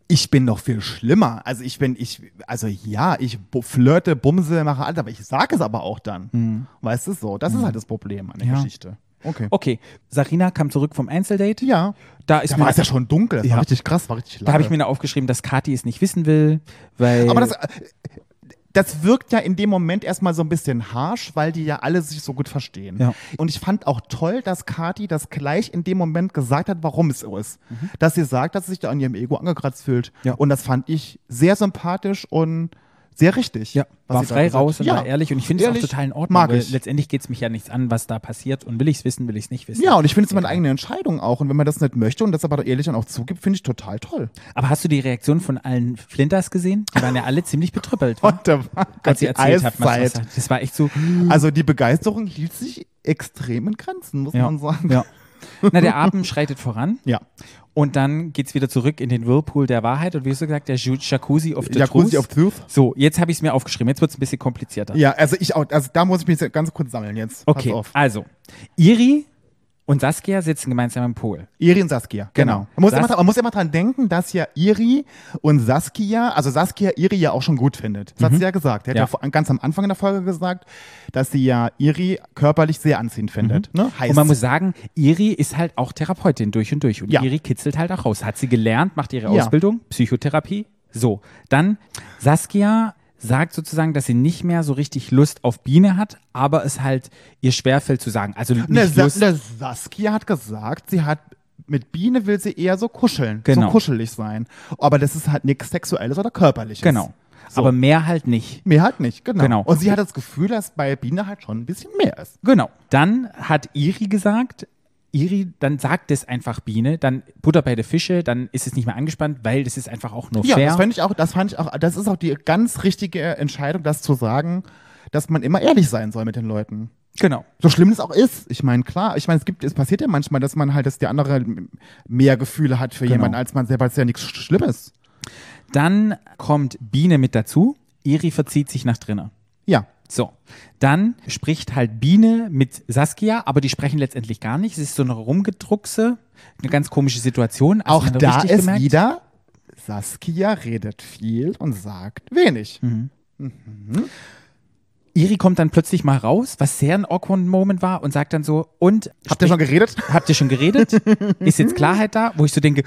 [SPEAKER 4] ich bin noch viel schlimmer. Also ich bin, ich, also ja, ich bu- flirte, bumse, mache alles, aber ich sage es aber auch dann. Weißt du so? Das ist halt das Problem an der
[SPEAKER 3] Mhm. Ja.
[SPEAKER 4] Geschichte. Okay.
[SPEAKER 3] Okay, Sarina kam zurück vom Einzeldate.
[SPEAKER 4] Ja.
[SPEAKER 3] Da ist
[SPEAKER 4] Da
[SPEAKER 3] mir,
[SPEAKER 4] war es ja schon dunkel. Das
[SPEAKER 3] Ja.
[SPEAKER 4] war richtig krass, war richtig
[SPEAKER 3] da habe ich
[SPEAKER 4] lange.
[SPEAKER 3] mir noch aufgeschrieben, dass Kathi es nicht wissen will, weil
[SPEAKER 4] Aber das, äh, das wirkt ja in dem Moment erstmal so ein bisschen harsch, weil die ja alle sich so gut verstehen.
[SPEAKER 3] Ja.
[SPEAKER 4] Und ich fand auch toll, dass Kati das gleich in dem Moment gesagt hat, warum es so ist. Dass sie sagt, dass sie sich da an ihrem Ego angekratzt fühlt.
[SPEAKER 3] Mhm. Ja.
[SPEAKER 4] Und das fand ich sehr sympathisch und sehr richtig.
[SPEAKER 3] ja,
[SPEAKER 4] was
[SPEAKER 3] war
[SPEAKER 4] sie da
[SPEAKER 3] frei
[SPEAKER 4] gesagt
[SPEAKER 3] raus
[SPEAKER 4] hat.
[SPEAKER 3] und
[SPEAKER 4] ja.
[SPEAKER 3] war ehrlich und ich finde es auch
[SPEAKER 4] Ehrlich,
[SPEAKER 3] total in Ordnung.
[SPEAKER 4] Mag
[SPEAKER 3] weil
[SPEAKER 4] ich.
[SPEAKER 3] Letztendlich geht es mich ja nichts an, was da passiert und will ich es wissen, will ich es nicht wissen.
[SPEAKER 4] Ja, und ich finde es meine eigene Entscheidung auch. Und wenn man das nicht möchte und das aber ehrlich dann auch zugibt, finde ich total toll.
[SPEAKER 3] Aber hast du die Reaktion von allen Flinters gesehen? Die waren ja alle ziemlich betrüppelt, wa?
[SPEAKER 4] Und da war
[SPEAKER 3] als
[SPEAKER 4] Oh die
[SPEAKER 3] sie erzählt hat, was was
[SPEAKER 4] Eiszeit.
[SPEAKER 3] hat. Das war echt so.
[SPEAKER 4] Also die Begeisterung hielt sich extrem in Grenzen, muss
[SPEAKER 3] Ja.
[SPEAKER 4] man sagen.
[SPEAKER 3] Ja. Na, der Abend schreitet voran
[SPEAKER 4] Ja.
[SPEAKER 3] und dann geht's wieder zurück in den Whirlpool der Wahrheit und wie hast du gesagt, der Ju- Jacuzzi of the
[SPEAKER 4] Jacuzzi
[SPEAKER 3] Truth.
[SPEAKER 4] of Truth.
[SPEAKER 3] So, jetzt habe ich es mir aufgeschrieben. Jetzt wird's ein bisschen komplizierter.
[SPEAKER 4] Ja, also ich auch, also da muss ich mich jetzt ganz kurz sammeln jetzt.
[SPEAKER 3] okay,
[SPEAKER 4] Pass auf.
[SPEAKER 3] also, Iri und Saskia sitzen gemeinsam im Pool.
[SPEAKER 4] Iri und Saskia,
[SPEAKER 3] Genau.
[SPEAKER 4] genau. Man, muss
[SPEAKER 3] Sas-
[SPEAKER 4] immer, dran- man muss immer dran denken, dass ja Iri und Saskia, also Saskia Iri ja auch schon gut findet. Das hat sie ja gesagt. Er hat
[SPEAKER 3] Mhm. Ja.
[SPEAKER 4] ja. vor- ganz am Anfang in der Folge gesagt, dass sie ja Iri körperlich sehr anziehend findet. Ne? Heißt,
[SPEAKER 3] Mhm. Und man muss sagen, Iri ist halt auch Therapeutin durch und durch. Und
[SPEAKER 4] Ja.
[SPEAKER 3] Iri kitzelt halt auch raus. Hat sie gelernt, macht ihre
[SPEAKER 4] Ja.
[SPEAKER 3] Ausbildung, Psychotherapie. So, dann Saskia sagt sozusagen, dass sie nicht mehr so richtig Lust auf Biene hat, aber es halt ihr schwerfällt zu sagen. Also nicht
[SPEAKER 4] ne, Sa
[SPEAKER 3] Lust.
[SPEAKER 4] ne Saskia hat gesagt, sie hat mit Biene will sie eher so kuscheln,
[SPEAKER 3] Genau.
[SPEAKER 4] so kuschelig sein. Aber das ist halt nichts Sexuelles oder Körperliches.
[SPEAKER 3] Genau.
[SPEAKER 4] So.
[SPEAKER 3] Aber mehr halt nicht.
[SPEAKER 4] Mir halt nicht, genau.
[SPEAKER 3] Genau.
[SPEAKER 4] Und sie hat das Gefühl, dass bei Biene halt schon ein bisschen mehr ist.
[SPEAKER 3] Genau. Dann hat Iri gesagt, Iri, dann sagt es einfach Biene, dann Butter bei der Fische, dann ist es nicht mehr angespannt, weil das ist einfach auch nur
[SPEAKER 4] Ja,
[SPEAKER 3] fair.
[SPEAKER 4] das fand ich auch, das fand ich auch, das ist auch die ganz richtige Entscheidung, das zu sagen, dass man immer ehrlich sein soll mit den Leuten.
[SPEAKER 3] genau.
[SPEAKER 4] So schlimm es auch ist. Ich meine, klar, ich meine, es gibt, es passiert ja manchmal, dass man halt, dass der andere mehr Gefühle hat für
[SPEAKER 3] Genau.
[SPEAKER 4] jemanden als man selber. Das ist ja nichts Schlimmes.
[SPEAKER 3] Dann kommt Biene mit dazu. Iri verzieht sich nach drinnen.
[SPEAKER 4] Ja.
[SPEAKER 3] So, dann spricht halt Biene mit Saskia, aber die sprechen letztendlich gar nicht. Es ist so eine Rumgedruckse, eine ganz komische Situation. Hast
[SPEAKER 4] Auch
[SPEAKER 3] du
[SPEAKER 4] da
[SPEAKER 3] richtig
[SPEAKER 4] ist
[SPEAKER 3] gemerkt?
[SPEAKER 4] wieder, Saskia redet viel und sagt wenig.
[SPEAKER 3] Hm. Iri kommt dann plötzlich mal raus, was sehr ein awkward Moment war und sagt dann so, und
[SPEAKER 4] Habt ihr schon
[SPEAKER 3] sprich-
[SPEAKER 4] geredet?
[SPEAKER 3] Habt ihr schon geredet? ist jetzt Klarheit da? Wo ich so denke,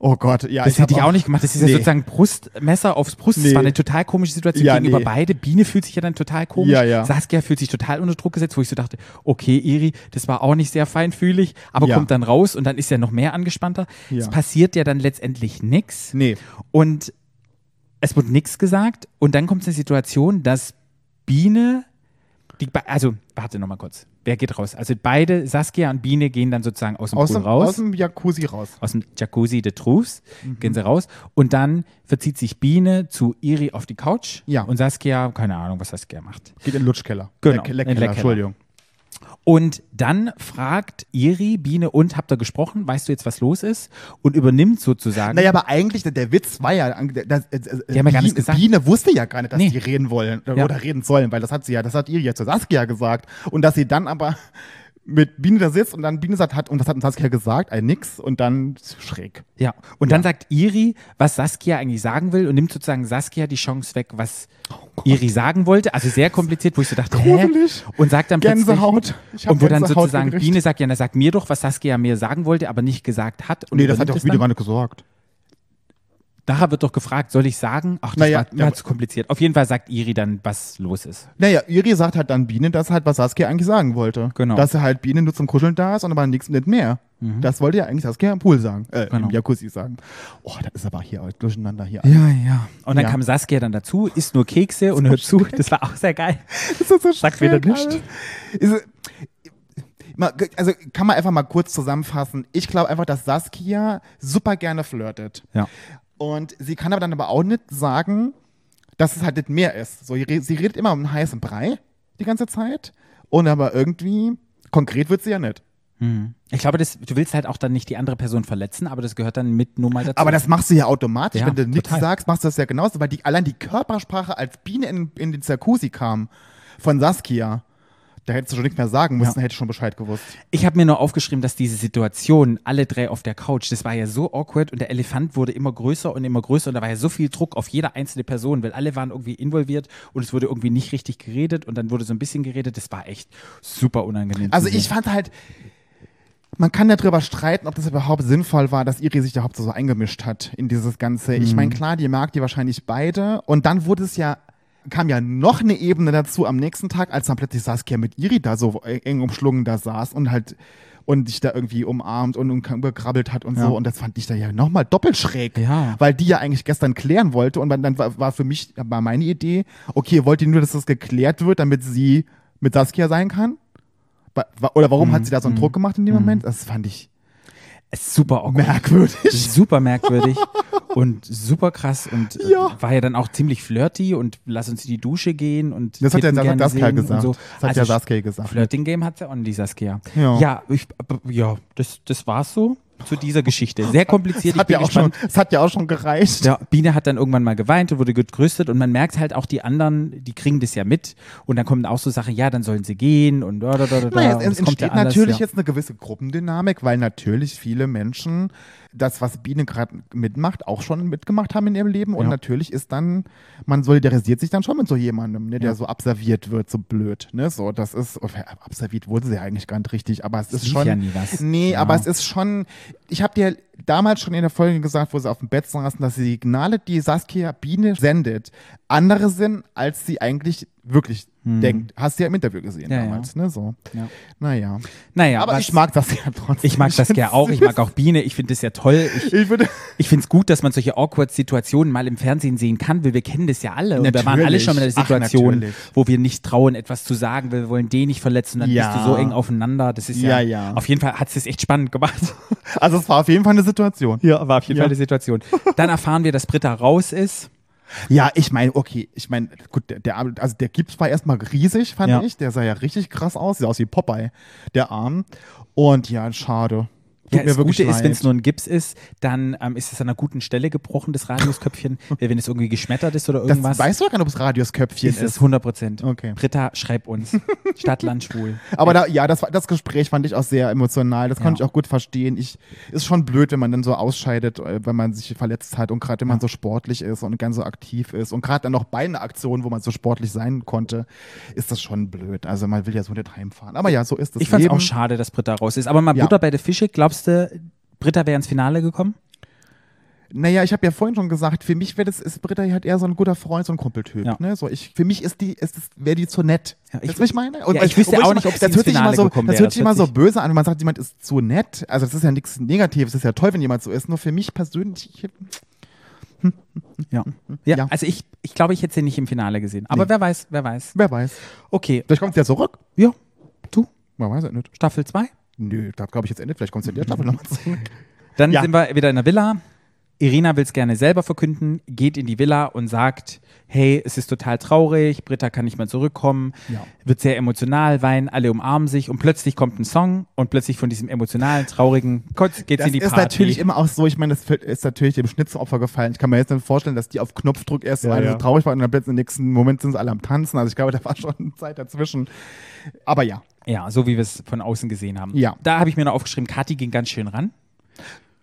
[SPEAKER 4] Oh Gott, ja.
[SPEAKER 3] das
[SPEAKER 4] hab
[SPEAKER 3] hätte ich auch nicht gemacht. Das ist
[SPEAKER 4] Nee.
[SPEAKER 3] ja sozusagen Brustmesser aufs Brust. Das
[SPEAKER 4] Nee.
[SPEAKER 3] war eine total komische Situation
[SPEAKER 4] Ja,
[SPEAKER 3] gegenüber
[SPEAKER 4] nee.
[SPEAKER 3] beide. Biene fühlt sich ja dann total komisch.
[SPEAKER 4] Ja, ja.
[SPEAKER 3] Saskia fühlt sich total unter Druck gesetzt, wo ich so dachte, okay, Iri, das war auch nicht sehr feinfühlig, aber
[SPEAKER 4] Ja.
[SPEAKER 3] kommt dann raus und dann ist ja noch mehr angespannter.
[SPEAKER 4] Ja.
[SPEAKER 3] Es passiert ja dann letztendlich nichts.
[SPEAKER 4] Nee.
[SPEAKER 3] Und es wird nichts gesagt. Und dann kommt es eine Situation, dass Biene, die, Be- also warte nochmal kurz, wer geht raus? Also beide, Saskia und Biene, gehen dann sozusagen aus dem
[SPEAKER 4] Aus
[SPEAKER 3] Pool
[SPEAKER 4] dem,
[SPEAKER 3] raus
[SPEAKER 4] aus dem Jacuzzi raus.
[SPEAKER 3] aus dem Jacuzzi de Trous,
[SPEAKER 4] Mhm.
[SPEAKER 3] gehen sie raus und dann verzieht sich Biene zu Iri auf die Couch
[SPEAKER 4] Ja.
[SPEAKER 3] und Saskia, keine Ahnung, was Saskia macht.
[SPEAKER 4] Geht in den Lutschkeller.
[SPEAKER 3] Genau,
[SPEAKER 4] Leck-
[SPEAKER 3] in den Mhm.
[SPEAKER 4] Leckkeller,
[SPEAKER 3] Leckkeller.
[SPEAKER 4] Entschuldigung.
[SPEAKER 3] Und dann fragt Iri Biene und habt ihr gesprochen, weißt du jetzt, was los ist? Und übernimmt sozusagen.
[SPEAKER 4] Naja, aber eigentlich, der- der Witz war ja, an- dass, äh, äh,
[SPEAKER 3] Die haben ja gar nichts gesagt.
[SPEAKER 4] Biene wusste ja gar nicht, dass
[SPEAKER 3] Nee.
[SPEAKER 4] die reden wollen äh,
[SPEAKER 3] Ja.
[SPEAKER 4] oder reden sollen, weil das hat sie ja, das hat ihr ja zu Saskia gesagt. Und dass sie dann aber mit Biene da sitzt und dann Biene sagt, hat, und das hat uns Saskia gesagt, ein nix und dann schräg.
[SPEAKER 3] ja. Und dann sagt Iri, was Saskia eigentlich sagen will und nimmt sozusagen Saskia die Chance weg, was Iri sagen wollte. Also sehr kompliziert, wo ich so dachte, hä?
[SPEAKER 4] Oh Gruselig.
[SPEAKER 3] Und sagt dann plötzlich-
[SPEAKER 4] Gänsehaut. Ich hab
[SPEAKER 3] Und wo dann
[SPEAKER 4] Gänsehaut
[SPEAKER 3] sozusagen
[SPEAKER 4] gekriegt.
[SPEAKER 3] Biene sagt, ja, na sag mir doch, was Saskia mir sagen wollte, aber nicht gesagt hat. Und
[SPEAKER 4] Nee, das hat
[SPEAKER 3] übernimmt
[SPEAKER 4] ja auch
[SPEAKER 3] es
[SPEAKER 4] wieder
[SPEAKER 3] dann.
[SPEAKER 4] gar nicht gesorgt.
[SPEAKER 3] Daher wird doch gefragt, soll ich sagen? Ach, das
[SPEAKER 4] Naja,
[SPEAKER 3] war,
[SPEAKER 4] ja,
[SPEAKER 3] war zu kompliziert. Auf jeden Fall sagt Iri dann, was los ist.
[SPEAKER 4] Naja, Iri sagt halt dann Biene, das halt, was Saskia eigentlich sagen wollte.
[SPEAKER 3] Genau. Mhm.
[SPEAKER 4] Dass er halt Biene nur zum Kuscheln da ist und aber nichts nicht mehr. Das wollte ja eigentlich Saskia im Pool sagen. Äh,
[SPEAKER 3] Genau.
[SPEAKER 4] im Jacuzzi sagen. Oh, das ist aber hier alles durcheinander hier.
[SPEAKER 3] Ja, ja. Und dann
[SPEAKER 4] Ja.
[SPEAKER 3] kam Saskia dann dazu, isst nur Kekse und hört zu. Das war auch sehr geil.
[SPEAKER 4] Das ist so
[SPEAKER 3] Sagt wieder
[SPEAKER 4] schräg
[SPEAKER 3] nichts.
[SPEAKER 4] alles. Ist, mal- also kann man einfach mal kurz zusammenfassen. Ich glaube einfach, dass Saskia super gerne flirtet.
[SPEAKER 3] Ja.
[SPEAKER 4] Und sie kann aber dann aber auch nicht sagen, dass es halt nicht mehr ist. So, ihr- sie redet immer um einen heißen Brei die ganze Zeit. Und aber irgendwie, konkret wird sie ja nicht.
[SPEAKER 3] Ich glaube, das, du willst halt auch dann nicht die andere Person verletzen, aber das gehört dann mit nur mal dazu.
[SPEAKER 4] Aber das machst du ja automatisch.
[SPEAKER 3] Ja,
[SPEAKER 4] Wenn du nichts
[SPEAKER 3] total.
[SPEAKER 4] sagst, machst du das ja genauso. Weil die, allein die Körpersprache als Biene in, in den Jacuzzi kam von Saskia, da hättest du schon nichts mehr sagen müssen, hätte ich schon Bescheid gewusst.
[SPEAKER 3] ich habe mir nur aufgeschrieben, dass diese Situation, alle drei auf der Couch, das war ja so awkward und der Elefant wurde immer größer und immer größer und da war ja so viel Druck auf jede einzelne Person, weil alle waren irgendwie involviert und es wurde irgendwie nicht richtig geredet und dann wurde so ein bisschen geredet. Das war echt super unangenehm. zu
[SPEAKER 4] Also
[SPEAKER 3] sehen.
[SPEAKER 4] ich fand halt, man kann ja drüber streiten, ob das überhaupt sinnvoll war, dass Iri sich da hauptsächlich so eingemischt hat in dieses Ganze.
[SPEAKER 3] Mhm.
[SPEAKER 4] Ich meine, klar, die mag die wahrscheinlich beide. Und dann wurde es ja, kam ja noch eine Ebene dazu am nächsten Tag, als dann plötzlich Saskia mit Iri da so äh, eng umschlungen da saß und halt und dich da irgendwie umarmt und umgekrabbelt hat und
[SPEAKER 3] Ja.
[SPEAKER 4] so. Und das fand ich da ja nochmal doppelt schräg.
[SPEAKER 3] Ja.
[SPEAKER 4] Weil die ja eigentlich gestern klären wollte. Und dann war, war für mich, war meine Idee, okay, wollt ihr nur, dass das geklärt wird, damit sie mit Saskia sein kann? Wa- wa- Oder warum hat sie da so
[SPEAKER 3] Mhm.
[SPEAKER 4] einen Druck gemacht in dem Moment? Das fand ich
[SPEAKER 3] Es ist super awkward.
[SPEAKER 4] merkwürdig.
[SPEAKER 3] super merkwürdig und super krass und äh,
[SPEAKER 4] Ja.
[SPEAKER 3] war ja dann auch ziemlich flirty und lass uns in die Dusche gehen und
[SPEAKER 4] Das hat ja
[SPEAKER 3] Titten
[SPEAKER 4] das hat
[SPEAKER 3] gerne
[SPEAKER 4] Saskia
[SPEAKER 3] sehen und
[SPEAKER 4] gesagt.
[SPEAKER 3] So. Also
[SPEAKER 4] Das hat ja Saskia gesagt.
[SPEAKER 3] Flirting Game hat ja auch die Saskia.
[SPEAKER 4] Ja.
[SPEAKER 3] ja, ich, aber- ja das, das war's so zu dieser Geschichte. Sehr
[SPEAKER 4] Es
[SPEAKER 3] kompliziert. Ich
[SPEAKER 4] hat,
[SPEAKER 3] bin
[SPEAKER 4] ja auch schon,
[SPEAKER 3] gespannt.
[SPEAKER 4] es hat ja auch schon gereicht.
[SPEAKER 3] Ja, Biene hat dann irgendwann mal geweint und wurde getröstet und man merkt halt auch die anderen, die kriegen das ja mit und dann kommen auch so Sachen, ja, dann sollen sie gehen und da, da, da, da.
[SPEAKER 4] Naja,
[SPEAKER 3] und
[SPEAKER 4] es
[SPEAKER 3] das kommt ja
[SPEAKER 4] entsteht
[SPEAKER 3] alles,
[SPEAKER 4] natürlich
[SPEAKER 3] ja.
[SPEAKER 4] jetzt eine gewisse Gruppendynamik, weil natürlich viele Menschen das, was Biene gerade mitmacht, auch schon mitgemacht haben in ihrem Leben. Und
[SPEAKER 3] Ja.
[SPEAKER 4] natürlich ist dann, man solidarisiert sich dann schon mit so jemandem, ne, der
[SPEAKER 3] Ja.
[SPEAKER 4] so abserviert wird, so blöd. Ne? So, das ist, oder abserviert wurde sie ja eigentlich gar nicht richtig, aber es ist
[SPEAKER 3] lief
[SPEAKER 4] schon.
[SPEAKER 3] ja nie was.
[SPEAKER 4] Nee,
[SPEAKER 3] Ja.
[SPEAKER 4] aber es ist schon, ich habe dir damals schon in der Folge gesagt, wo sie auf dem Bett saßen, dass die Signale, die Saskia Biene sendet, andere sind, als sie eigentlich wirklich denkt. Hast du ja im Interview gesehen
[SPEAKER 3] Hm. Ja,
[SPEAKER 4] damals, ne? So.
[SPEAKER 3] Ja.
[SPEAKER 4] Naja.
[SPEAKER 3] Naja,
[SPEAKER 4] Aber
[SPEAKER 3] was-
[SPEAKER 4] ich mag das ja trotzdem.
[SPEAKER 3] ich mag das ja auch. Ich mag auch Biene. Ich finde das ja toll. Ich,
[SPEAKER 4] Ich würde.
[SPEAKER 3] Ich finde es gut, dass man solche Awkward-Situationen mal im Fernsehen sehen kann, weil wir kennen das ja alle. Und wir waren alle
[SPEAKER 4] Natürlich.
[SPEAKER 3] schon mal in
[SPEAKER 4] Ach,
[SPEAKER 3] einer Situation,
[SPEAKER 4] natürlich.
[SPEAKER 3] wo wir nicht trauen, etwas zu sagen, weil wir wollen den nicht verletzen. Dann
[SPEAKER 4] Ja.
[SPEAKER 3] bist du so eng aufeinander. Das ist
[SPEAKER 4] Ja,
[SPEAKER 3] ja,
[SPEAKER 4] ja.
[SPEAKER 3] auf jeden Fall hat es das echt spannend gemacht.
[SPEAKER 4] Also es war auf jeden Fall eine Situation.
[SPEAKER 3] Ja, war auf jeden
[SPEAKER 4] Ja.
[SPEAKER 3] Fall eine Situation. Dann erfahren wir, dass Britta raus ist.
[SPEAKER 4] Ja, ich meine, okay, ich meine, gut, der, der Arm- also der Gips war erstmal riesig, fand
[SPEAKER 3] Ja.
[SPEAKER 4] ich. Der sah ja richtig krass aus, sah aus wie Popeye, der Arm. Und ja, schade. Tut
[SPEAKER 3] Ja, das Gute ist, wenn es
[SPEAKER 4] leid.
[SPEAKER 3] nur ein Gips ist, dann ähm, ist es an einer guten Stelle gebrochen, das Radiusköpfchen. Weil wenn es irgendwie geschmettert ist oder irgendwas,
[SPEAKER 4] das weißt du ja gar nicht, ob es Radiusköpfchen
[SPEAKER 3] ist
[SPEAKER 4] ist.
[SPEAKER 3] es 100 Prozent.
[SPEAKER 4] Okay.
[SPEAKER 3] Britta, schreib uns. Stadt, Land, schwul.
[SPEAKER 4] Aber da, ja, das, war- das Gespräch fand ich auch sehr emotional. Das konnte
[SPEAKER 3] Ja.
[SPEAKER 4] ich auch gut verstehen. Ich, ist schon blöd, wenn man dann so ausscheidet, äh, wenn man sich verletzt hat und gerade wenn man so sportlich ist und ganz so aktiv ist und gerade dann noch bei einer Aktion, wo man so sportlich sein konnte, ist das schon blöd. Also man will ja so nicht heimfahren. Aber ja, so ist das
[SPEAKER 3] Ich fand's
[SPEAKER 4] Leben.
[SPEAKER 3] auch schade, dass Britta raus ist. Aber mal
[SPEAKER 4] Ja.
[SPEAKER 3] Butter bei der Fische, glaubst du, Britta wäre ins Finale gekommen?
[SPEAKER 4] Naja, ich habe ja vorhin schon gesagt, für mich wäre das, ist Britta halt eher so ein guter Freund, so ein Kumpeltyp.
[SPEAKER 3] Ja.
[SPEAKER 4] Ne? So ich, für mich ist die, ist das, wäre die zu nett.
[SPEAKER 3] Ja, ich-
[SPEAKER 4] Weißt du, was ich meine? Und
[SPEAKER 3] Ja,
[SPEAKER 4] weil-
[SPEAKER 3] ich wüsste
[SPEAKER 4] obwohl
[SPEAKER 3] auch
[SPEAKER 4] immer-
[SPEAKER 3] nicht, ob sie
[SPEAKER 4] das
[SPEAKER 3] ins
[SPEAKER 4] hört sich
[SPEAKER 3] Finale
[SPEAKER 4] immer so,
[SPEAKER 3] gekommen
[SPEAKER 4] Das
[SPEAKER 3] wäre.
[SPEAKER 4] hört sich
[SPEAKER 3] Das
[SPEAKER 4] immer so
[SPEAKER 3] hört sich-
[SPEAKER 4] böse an, wenn man sagt, jemand ist zu nett. Also das ist ja nichts Negatives, das ist ja toll, wenn jemand so ist. Nur für mich persönlich, hm, ich-
[SPEAKER 3] Ja. ja.
[SPEAKER 4] Ja.
[SPEAKER 3] Also ich, ich glaube, ich hätte sie nicht im Finale gesehen. Aber
[SPEAKER 4] Nee.
[SPEAKER 3] wer weiß, wer weiß.
[SPEAKER 4] wer weiß.
[SPEAKER 3] Okay.
[SPEAKER 4] Vielleicht kommt sie ja zurück.
[SPEAKER 3] Ja, du,
[SPEAKER 4] Man weiß es nicht.
[SPEAKER 3] Staffel 2.
[SPEAKER 4] Nö, das glaube ich jetzt endet. Vielleicht kommt sie in der Staffel nochmal zurück.
[SPEAKER 3] Dann
[SPEAKER 4] Ja.
[SPEAKER 3] sind wir wieder in der Villa. Irina will es gerne selber verkünden, geht in die Villa und sagt, hey, es ist total traurig, Britta kann nicht mehr zurückkommen,
[SPEAKER 4] Ja.
[SPEAKER 3] wird sehr emotional, weinen, alle umarmen sich und plötzlich kommt ein Song und plötzlich von diesem emotionalen, traurigen, kurz geht's
[SPEAKER 4] Das
[SPEAKER 3] in die
[SPEAKER 4] ist
[SPEAKER 3] Party.
[SPEAKER 4] natürlich immer auch so, ich meine, das ist natürlich dem Schnitt zum Opfer gefallen. Ich kann mir jetzt nicht vorstellen, dass die auf Knopfdruck erst
[SPEAKER 3] Ja,
[SPEAKER 4] mal alle
[SPEAKER 3] ja.
[SPEAKER 4] so traurig waren und dann plötzlich im nächsten Moment sind sie alle am Tanzen. Also ich glaube, da war schon Zeit dazwischen. Aber ja,
[SPEAKER 3] Ja, so wie wir es von außen gesehen haben.
[SPEAKER 4] Ja.
[SPEAKER 3] Da habe ich mir noch aufgeschrieben, Kathi ging ganz schön ran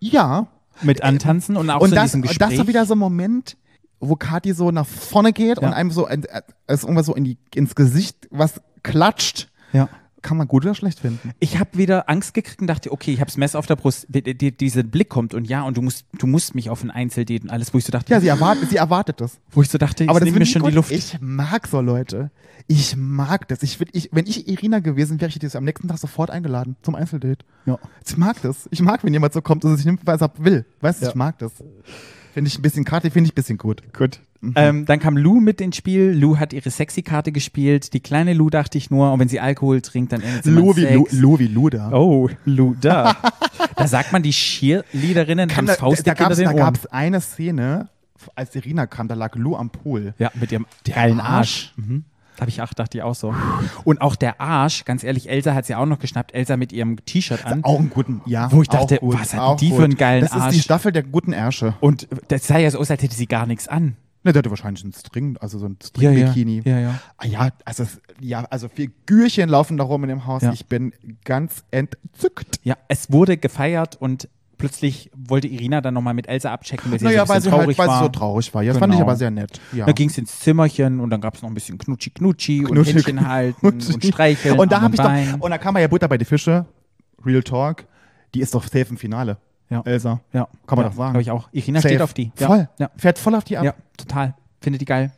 [SPEAKER 4] ja.
[SPEAKER 3] mit Antanzen und auch
[SPEAKER 4] Äh, und
[SPEAKER 3] so
[SPEAKER 4] das,
[SPEAKER 3] in diesem
[SPEAKER 4] und
[SPEAKER 3] Gespräch.
[SPEAKER 4] das war wieder so ein Moment, wo Kathi so nach vorne geht
[SPEAKER 3] Ja.
[SPEAKER 4] und einem so ein, äh, ist irgendwas so in die, ins Gesicht was klatscht.
[SPEAKER 3] ja.
[SPEAKER 4] Kann man gut oder schlecht finden.
[SPEAKER 3] Ich habe wieder Angst gekriegt und dachte, okay, ich habe das Messer auf der Brust, die, die, dieser Blick kommt und ja, und du musst, du musst mich auf ein Einzeldate und alles, wo ich so dachte,
[SPEAKER 4] Ja, sie erwartet, sie erwartet das.
[SPEAKER 3] wo ich so dachte,
[SPEAKER 4] Aber
[SPEAKER 3] das
[SPEAKER 4] das
[SPEAKER 3] nimmt
[SPEAKER 4] finde
[SPEAKER 3] mir
[SPEAKER 4] ich
[SPEAKER 3] schon die
[SPEAKER 4] gut.
[SPEAKER 3] Luft.
[SPEAKER 4] Ich mag so Leute. Ich mag das. Ich, würd- ich, wenn ich Irina gewesen wäre, ich hätte sie am nächsten Tag sofort eingeladen zum Einzeldate.
[SPEAKER 3] Ja.
[SPEAKER 4] Ich mag das. Ich mag, wenn jemand so kommt und sich nimmt, was er will. Weißt du,
[SPEAKER 3] Ja.
[SPEAKER 4] ich mag das. Finde ich ein bisschen Karte, finde ich ein bisschen gut. Mhm. Gut.
[SPEAKER 3] Ähm, dann kam Lou mit ins Spiel. Lou hat ihre Sexy-Karte gespielt. Die kleine Lou dachte ich nur, und wenn sie Alkohol trinkt, dann endet sie mal
[SPEAKER 4] Lou
[SPEAKER 3] in
[SPEAKER 4] wie, Lu,
[SPEAKER 3] Sex.
[SPEAKER 4] Lou wie Luda.
[SPEAKER 3] Oh, Lou da. da sagt man, die Cheerleaderinnen haben
[SPEAKER 4] da,
[SPEAKER 3] Faust Oh.
[SPEAKER 4] da gab's-
[SPEAKER 3] hinter
[SPEAKER 4] da
[SPEAKER 3] den Ohren.
[SPEAKER 4] gab's eine Szene, als Irina kam, da lag Lou am Pool.
[SPEAKER 3] Ja, mit ihrem geilen Arsch.
[SPEAKER 4] Arsch.
[SPEAKER 3] Mhm. Habe ich auch, dachte ich auch so. Und auch der Arsch, ganz ehrlich, Elsa hat sie auch noch geschnappt. Elsa mit ihrem T-Shirt an.
[SPEAKER 4] Auch einen guten, ja.
[SPEAKER 3] Wo ich
[SPEAKER 4] auch
[SPEAKER 3] dachte,
[SPEAKER 4] gut,
[SPEAKER 3] was hatten
[SPEAKER 4] auch
[SPEAKER 3] die für
[SPEAKER 4] gut.
[SPEAKER 3] einen geilen
[SPEAKER 4] Das ist die
[SPEAKER 3] Arsch?
[SPEAKER 4] Staffel der guten Ärsche.
[SPEAKER 3] Und das sah ja so aus, als hätte sie gar nichts an.
[SPEAKER 4] Ne, der hatte wahrscheinlich einen String, also so ein
[SPEAKER 3] Ja, ja.
[SPEAKER 4] String-Bikini.
[SPEAKER 3] Ja, ja.
[SPEAKER 4] Ah, ja, also, es- ja, also Figürchen laufen da rum in dem Haus.
[SPEAKER 3] Ja.
[SPEAKER 4] Ich bin ganz entzückt.
[SPEAKER 3] Ja, es wurde gefeiert und plötzlich wollte Irina dann nochmal mit Elsa abchecken, weil sie
[SPEAKER 4] naja,
[SPEAKER 3] so ein
[SPEAKER 4] weil
[SPEAKER 3] bisschen
[SPEAKER 4] sie,
[SPEAKER 3] traurig
[SPEAKER 4] halt, weil
[SPEAKER 3] war.
[SPEAKER 4] sie so traurig war. Ja, das fand ich
[SPEAKER 3] Genau.
[SPEAKER 4] aber sehr nett. Ja.
[SPEAKER 3] Da ging es ins Zimmerchen und dann gab es noch ein bisschen Knutschi-Knutschi und
[SPEAKER 4] Knutschi-
[SPEAKER 3] Händchen halten und streicheln.
[SPEAKER 4] Und da
[SPEAKER 3] Arm
[SPEAKER 4] habe ich
[SPEAKER 3] Bein.
[SPEAKER 4] doch, und da kam ja Butter bei die Fische, Real Talk, die ist doch safe im Finale.
[SPEAKER 3] Ja.
[SPEAKER 4] Elsa.
[SPEAKER 3] ja,
[SPEAKER 4] Kann man
[SPEAKER 3] ja,
[SPEAKER 4] doch sagen.
[SPEAKER 3] Glaube ich auch. Irina
[SPEAKER 4] Safe.
[SPEAKER 3] steht auf die. Ja.
[SPEAKER 4] Voll.
[SPEAKER 3] Ja.
[SPEAKER 4] Fährt voll auf die ab.
[SPEAKER 3] ja, total. Finde die geil.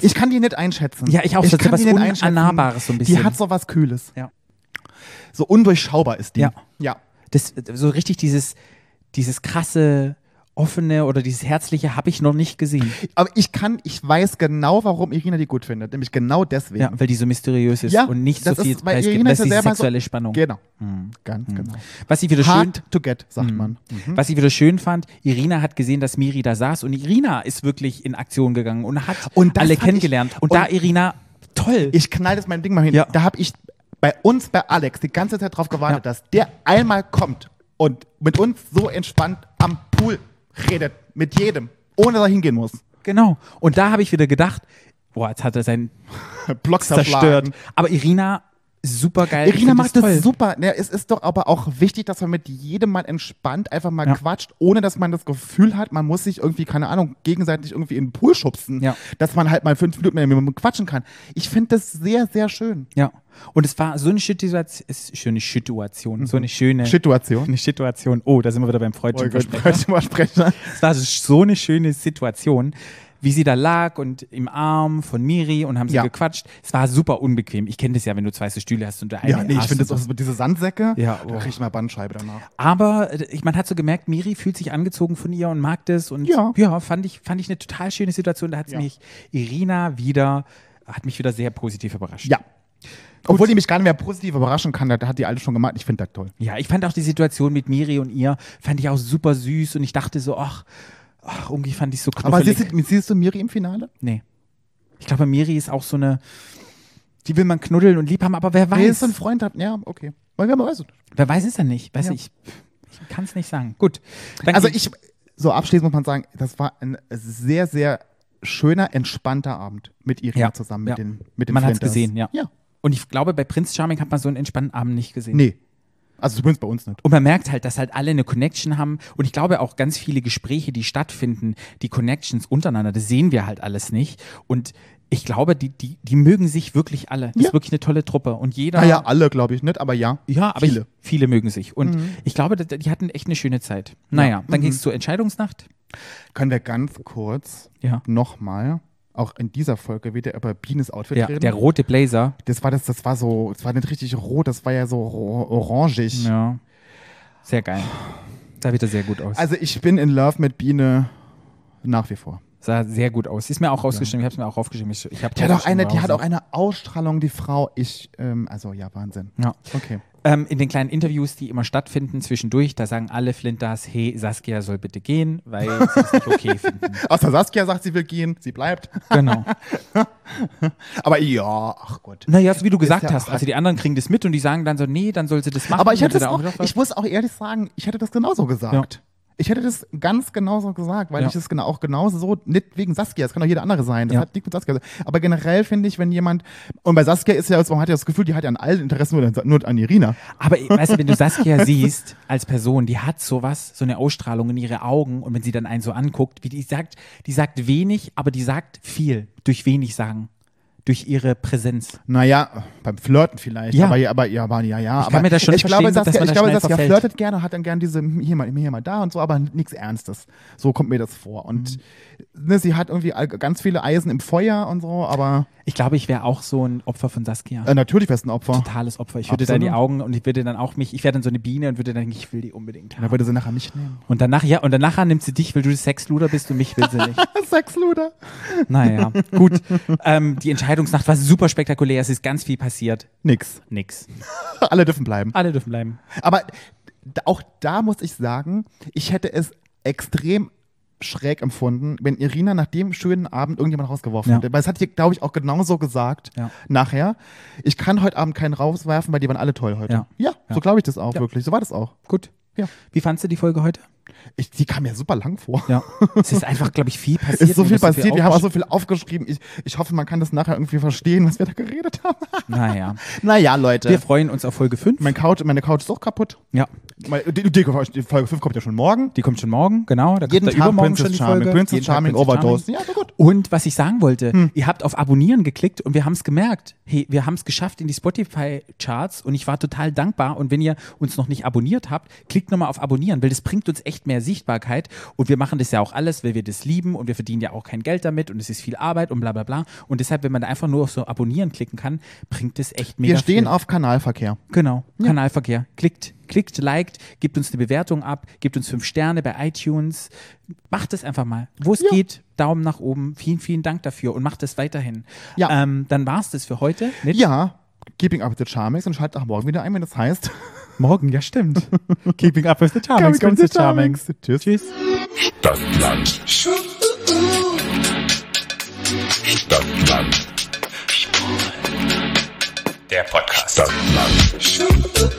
[SPEAKER 4] Ich kann die nicht einschätzen.
[SPEAKER 3] Ja, ich auch.
[SPEAKER 4] Ich
[SPEAKER 3] Das ist
[SPEAKER 4] kann
[SPEAKER 3] was
[SPEAKER 4] die nicht einschätzen.
[SPEAKER 3] Unannahbares so ein bisschen.
[SPEAKER 4] Die hat so was Kühles.
[SPEAKER 3] Ja.
[SPEAKER 4] So undurchschaubar ist die.
[SPEAKER 3] Ja.
[SPEAKER 4] Ja.
[SPEAKER 3] das, so richtig dieses, dieses krasse, offene oder dieses herzliche habe ich noch nicht gesehen.
[SPEAKER 4] Aber ich kann, ich weiß genau, warum Irina die gut findet. Nämlich genau deswegen.
[SPEAKER 3] Ja, weil die so mysteriös ist
[SPEAKER 4] Ja,
[SPEAKER 3] und nicht so
[SPEAKER 4] das
[SPEAKER 3] viel
[SPEAKER 4] ist- weil
[SPEAKER 3] preisgibt.
[SPEAKER 4] Irina ist
[SPEAKER 3] Das
[SPEAKER 4] ja
[SPEAKER 3] ist diese
[SPEAKER 4] selber so-
[SPEAKER 3] sexuelle Spannung.
[SPEAKER 4] Genau. Ganz genau.
[SPEAKER 3] Was ich wieder Mhm. schön
[SPEAKER 4] Hard to get, sagt man. Mhm.
[SPEAKER 3] Was ich wieder schön fand, Irina hat gesehen, dass Miri da saß und Irina ist wirklich in Aktion gegangen und hat
[SPEAKER 4] Und das
[SPEAKER 3] alle
[SPEAKER 4] fand ich-
[SPEAKER 3] kennengelernt. und, da Irina, toll.
[SPEAKER 4] Ich knall das mein Ding mal hin.
[SPEAKER 3] Ja.
[SPEAKER 4] Da habe ich bei uns, bei Alex, die ganze Zeit drauf gewartet,
[SPEAKER 3] Ja.
[SPEAKER 4] dass der einmal kommt und mit uns so entspannt am Pool redet. Mit jedem. Ohne dass er hingehen muss.
[SPEAKER 3] genau. Und da habe ich wieder gedacht, boah, jetzt hat er seinen
[SPEAKER 4] Block
[SPEAKER 3] zerstört. Aber Irina, super geil.
[SPEAKER 4] Irina macht das, super. Ja, es ist doch aber auch wichtig, dass man mit jedem mal entspannt einfach mal
[SPEAKER 3] Ja.
[SPEAKER 4] quatscht, ohne dass man das Gefühl hat, man muss sich irgendwie, keine Ahnung, gegenseitig irgendwie in den Pool schubsen,
[SPEAKER 3] Ja.
[SPEAKER 4] dass man halt mal fünf Minuten mit jemandem quatschen kann. Ich finde das sehr, sehr schön.
[SPEAKER 3] Ja. Und es war so eine Situation, schöne Situation, so eine schöne
[SPEAKER 4] Situation.
[SPEAKER 3] Mhm. eine Oh, Situation. Oh, da sind wir wieder beim Freudschen Versprechen.
[SPEAKER 4] Sprecher.
[SPEAKER 3] Es war so eine schöne Situation, wie sie da lag und im Arm von Miri und haben sie
[SPEAKER 4] Ja.
[SPEAKER 3] gequatscht. Es war super unbequem. Ich kenne das ja, wenn du zwei so Stühle hast und der eine
[SPEAKER 4] Ja, nee, ich
[SPEAKER 3] aß
[SPEAKER 4] finde
[SPEAKER 3] und
[SPEAKER 4] das auch so diese Sandsäcke.
[SPEAKER 3] Ja,
[SPEAKER 4] da
[SPEAKER 3] oh.
[SPEAKER 4] krieg ich mal Bandscheibe danach.
[SPEAKER 3] Aber äh, ich, man hat so gemerkt, Miri fühlt sich angezogen von ihr und mag das. Und
[SPEAKER 4] Ja.
[SPEAKER 3] fand, ich, fand ich eine total schöne Situation. Da hat
[SPEAKER 4] Ja.
[SPEAKER 3] mich Irina wieder, hat mich wieder sehr positiv überrascht.
[SPEAKER 4] Ja. Obwohl die mich gar nicht mehr positiv überraschen kann, das hat die alles schon gemacht. Ich finde das toll.
[SPEAKER 3] Ja, ich fand auch die Situation mit Miri und ihr, fand ich auch super süß. Und ich dachte so, ach, ach irgendwie fand ich so
[SPEAKER 4] Aber
[SPEAKER 3] knuffelig.
[SPEAKER 4] siehst du, siehst du Miri im Finale?
[SPEAKER 3] nee. Ich glaube, Miri ist auch so eine, die will man knuddeln und lieb haben, aber wer
[SPEAKER 4] Nee, ist
[SPEAKER 3] weiß.
[SPEAKER 4] so ein Freund hat. Ja, okay. Weil wir mal weiß. es nicht.
[SPEAKER 3] wer weiß es denn nicht? Weiß
[SPEAKER 4] Ja.
[SPEAKER 3] ich. Ich kann es nicht sagen. Gut. Dann
[SPEAKER 4] Also
[SPEAKER 3] geht-
[SPEAKER 4] ich, so abschließend muss man sagen, das war ein sehr, sehr schöner, entspannter Abend mit Irina
[SPEAKER 3] Ja.
[SPEAKER 4] zusammen,
[SPEAKER 3] Ja.
[SPEAKER 4] mit den mit den
[SPEAKER 3] Man hat's
[SPEAKER 4] Flinters.
[SPEAKER 3] gesehen, ja.
[SPEAKER 4] Ja.
[SPEAKER 3] Und ich glaube, bei Prinz Charming hat man so einen entspannten Abend nicht gesehen.
[SPEAKER 4] Nee. Also zumindest bei uns nicht.
[SPEAKER 3] Und man merkt halt, dass halt alle eine Connection haben. Und ich glaube auch ganz viele Gespräche, die stattfinden, die Connections untereinander, das sehen wir halt alles nicht. Und ich glaube, die, die, die mögen sich wirklich alle. Das
[SPEAKER 4] Ja.
[SPEAKER 3] ist wirklich eine tolle Truppe. Und jeder.
[SPEAKER 4] Naja, alle glaube ich nicht, aber ja.
[SPEAKER 3] Ja, aber
[SPEAKER 4] viele. Mhm.
[SPEAKER 3] viele. Ich, viele mögen sich. Und ich glaube, da- die hatten echt eine schöne Zeit. Naja, dann ging es zur Entscheidungsnacht.
[SPEAKER 4] Können wir ganz kurz
[SPEAKER 3] Ja.
[SPEAKER 4] nochmal, auch in dieser Folge wieder über Bienes Outfit
[SPEAKER 3] Der,
[SPEAKER 4] reden?
[SPEAKER 3] der rote Blazer.
[SPEAKER 4] das war das, das war so, das war nicht richtig rot, das war ja so ro- orangig.
[SPEAKER 3] Ja. Sehr geil. Sah wieder sehr gut aus.
[SPEAKER 4] Also ich bin in love mit Biene nach wie vor.
[SPEAKER 3] Sah sehr gut aus. Ist mir auch rausgeschrieben. Ich habe es mir auch aufgeschrieben. Ich, ich hab
[SPEAKER 4] Die hat auch eine, die
[SPEAKER 3] draufgeschrieben,
[SPEAKER 4] hat auch eine Ausstrahlung, die Frau. Ich, ähm, also ja, Wahnsinn.
[SPEAKER 3] Ja.
[SPEAKER 4] Okay.
[SPEAKER 3] Ähm, in den kleinen Interviews, die immer stattfinden zwischendurch, da sagen alle Flinters, hey, Saskia soll bitte gehen, weil sie es nicht okay finden.
[SPEAKER 4] Außer Saskia sagt, sie will gehen, sie bleibt.
[SPEAKER 3] Genau.
[SPEAKER 4] Aber ja, ach Gott.
[SPEAKER 3] Naja, so wie du gesagt
[SPEAKER 4] ja
[SPEAKER 3] hast,
[SPEAKER 4] auch-
[SPEAKER 3] also die anderen kriegen das mit und die sagen dann so, nee, dann soll sie das machen.
[SPEAKER 4] Aber ich
[SPEAKER 3] wenn
[SPEAKER 4] hätte
[SPEAKER 3] sie
[SPEAKER 4] das
[SPEAKER 3] da
[SPEAKER 4] auch,
[SPEAKER 3] gedacht hat.
[SPEAKER 4] ich muss auch ehrlich sagen, ich hätte das genauso gesagt. Ich hätte das ganz genauso gesagt, weil
[SPEAKER 3] Ja.
[SPEAKER 4] ich das genau, auch genauso so, nicht wegen Saskia, das kann auch jeder andere sein, das
[SPEAKER 3] Ja.
[SPEAKER 4] hat nichts mit Saskia. zu tun. Aber generell finde ich, wenn jemand, und bei Saskia ist ja, man hat ja das Gefühl, die hat ja an allen Interessen, nur, an- nur an Irina.
[SPEAKER 3] Aber eh, weißt du, wenn du Saskia siehst als Person, die hat sowas, so eine Ausstrahlung in ihre Augen und wenn sie dann einen so anguckt, wie die sagt, die sagt wenig, aber die sagt viel, durch wenig sagen, durch ihre Präsenz.
[SPEAKER 4] Naja, beim Flirten vielleicht,
[SPEAKER 3] Ja.
[SPEAKER 4] aber, ja, aber, ja, aber, ja, ja. Ich aber
[SPEAKER 3] kann mir das schon
[SPEAKER 4] ich glaube,
[SPEAKER 3] verstehen, dass
[SPEAKER 4] Saskia,
[SPEAKER 3] man
[SPEAKER 4] ich
[SPEAKER 3] da
[SPEAKER 4] glaube,
[SPEAKER 3] schnell
[SPEAKER 4] Saskia
[SPEAKER 3] verfällt.
[SPEAKER 4] flirtet gerne, hat dann gerne diese hm, hier mal, hier mal da und so, aber nichts Ernstes. So kommt mir das vor. Und
[SPEAKER 3] Mhm.
[SPEAKER 4] ne, sie hat irgendwie all- ganz viele Eisen im Feuer und so, aber
[SPEAKER 3] Ich glaube, ich wäre auch so ein Opfer von Saskia.
[SPEAKER 4] äh, natürlich wärst du ein Opfer.
[SPEAKER 3] totales Opfer. Ich würde da
[SPEAKER 4] Absolut.
[SPEAKER 3] die Augen und ich würde dann auch mich, ich wäre dann so eine Biene und würde dann, ich will die unbedingt
[SPEAKER 4] Dann
[SPEAKER 3] haben.
[SPEAKER 4] würde sie nachher mich nehmen.
[SPEAKER 3] Und danach, ja, und danach nimmt sie dich, weil du das Sexluder bist und mich will sie nicht.
[SPEAKER 4] Sexluder.
[SPEAKER 3] Naja, gut. Ähm, die Entscheidungsnacht war super spektakulär, es ist ganz viel passiert.
[SPEAKER 4] Nix.
[SPEAKER 3] Nix.
[SPEAKER 4] Alle dürfen bleiben.
[SPEAKER 3] Alle dürfen bleiben.
[SPEAKER 4] Aber d- auch da muss ich sagen, ich hätte es extrem schräg empfunden, wenn Irina nach dem schönen Abend irgendjemand rausgeworfen
[SPEAKER 3] Ja.
[SPEAKER 4] hätte. Weil es hat ihr, glaube ich, auch genauso gesagt
[SPEAKER 3] Ja.
[SPEAKER 4] nachher. Ich kann heute Abend keinen rauswerfen, weil die waren alle toll heute.
[SPEAKER 3] Ja.
[SPEAKER 4] so glaube ich das auch wirklich. So war das auch.
[SPEAKER 3] Gut.
[SPEAKER 4] Ja.
[SPEAKER 3] Wie fandst du die Folge heute?
[SPEAKER 4] Ich, die kam mir super lang vor.
[SPEAKER 3] Ja. Es ist einfach, glaube ich, viel passiert.
[SPEAKER 4] Es ist so
[SPEAKER 3] und
[SPEAKER 4] viel
[SPEAKER 3] es ist
[SPEAKER 4] passiert, wir haben auch
[SPEAKER 3] aufgesch-
[SPEAKER 4] so viel aufgeschrieben. Ich, ich hoffe, man kann das nachher irgendwie verstehen, was wir da geredet haben.
[SPEAKER 3] Naja.
[SPEAKER 4] Naja, Leute.
[SPEAKER 3] Wir freuen uns auf Folge 5.
[SPEAKER 4] mein Couch, meine Couch ist auch kaputt.
[SPEAKER 3] Ja.
[SPEAKER 4] Mal- Die, die, die Folge 5 kommt ja schon morgen.
[SPEAKER 3] Die kommt schon morgen, genau. Da
[SPEAKER 4] Jeden
[SPEAKER 3] kommt da
[SPEAKER 4] Tag
[SPEAKER 3] übermorgen schon
[SPEAKER 4] Princess
[SPEAKER 3] die
[SPEAKER 4] Charming,
[SPEAKER 3] Folge.
[SPEAKER 4] Princess
[SPEAKER 3] Jeden Tag
[SPEAKER 4] Charming,
[SPEAKER 3] Princess
[SPEAKER 4] Overdose. Ja, so gut.
[SPEAKER 3] Und was ich sagen wollte,
[SPEAKER 4] Hm.
[SPEAKER 3] ihr habt auf Abonnieren geklickt und wir haben es gemerkt. Hey, wir haben es geschafft in die Spotify-Charts und ich war total dankbar. Und wenn ihr uns noch nicht abonniert habt, klickt nochmal auf Abonnieren, weil das bringt uns echt mehr Sichtbarkeit. Und wir machen das ja auch alles, weil wir das lieben und wir verdienen ja auch kein Geld damit und es ist viel Arbeit und bla bla bla. Und deshalb, wenn man da einfach nur auf so Abonnieren klicken kann, bringt das echt mega
[SPEAKER 4] Wir stehen
[SPEAKER 3] viel.
[SPEAKER 4] auf Kanalverkehr.
[SPEAKER 3] Genau, Kanalverkehr. Klickt, klickt, liked, gibt uns eine Bewertung ab, gibt uns fünf Sterne bei iTunes. Macht es einfach mal. Wo es
[SPEAKER 4] Ja.
[SPEAKER 3] geht, Daumen nach oben. Vielen, vielen Dank dafür und macht es weiterhin.
[SPEAKER 4] Ja.
[SPEAKER 3] Ähm, dann war es das für heute. Mit
[SPEAKER 4] Ja, Keeping Up with the Charmings und schaltet auch morgen wieder ein, wenn das heißt.
[SPEAKER 3] Morgen, ja stimmt. Keeping up with the Charmings.
[SPEAKER 4] Keeping up with the Charmings.
[SPEAKER 3] Tschüss. Tschüss.
[SPEAKER 1] Stadtland. Stadtland.
[SPEAKER 2] Der Podcast.
[SPEAKER 1] Stadtland. Stadtland.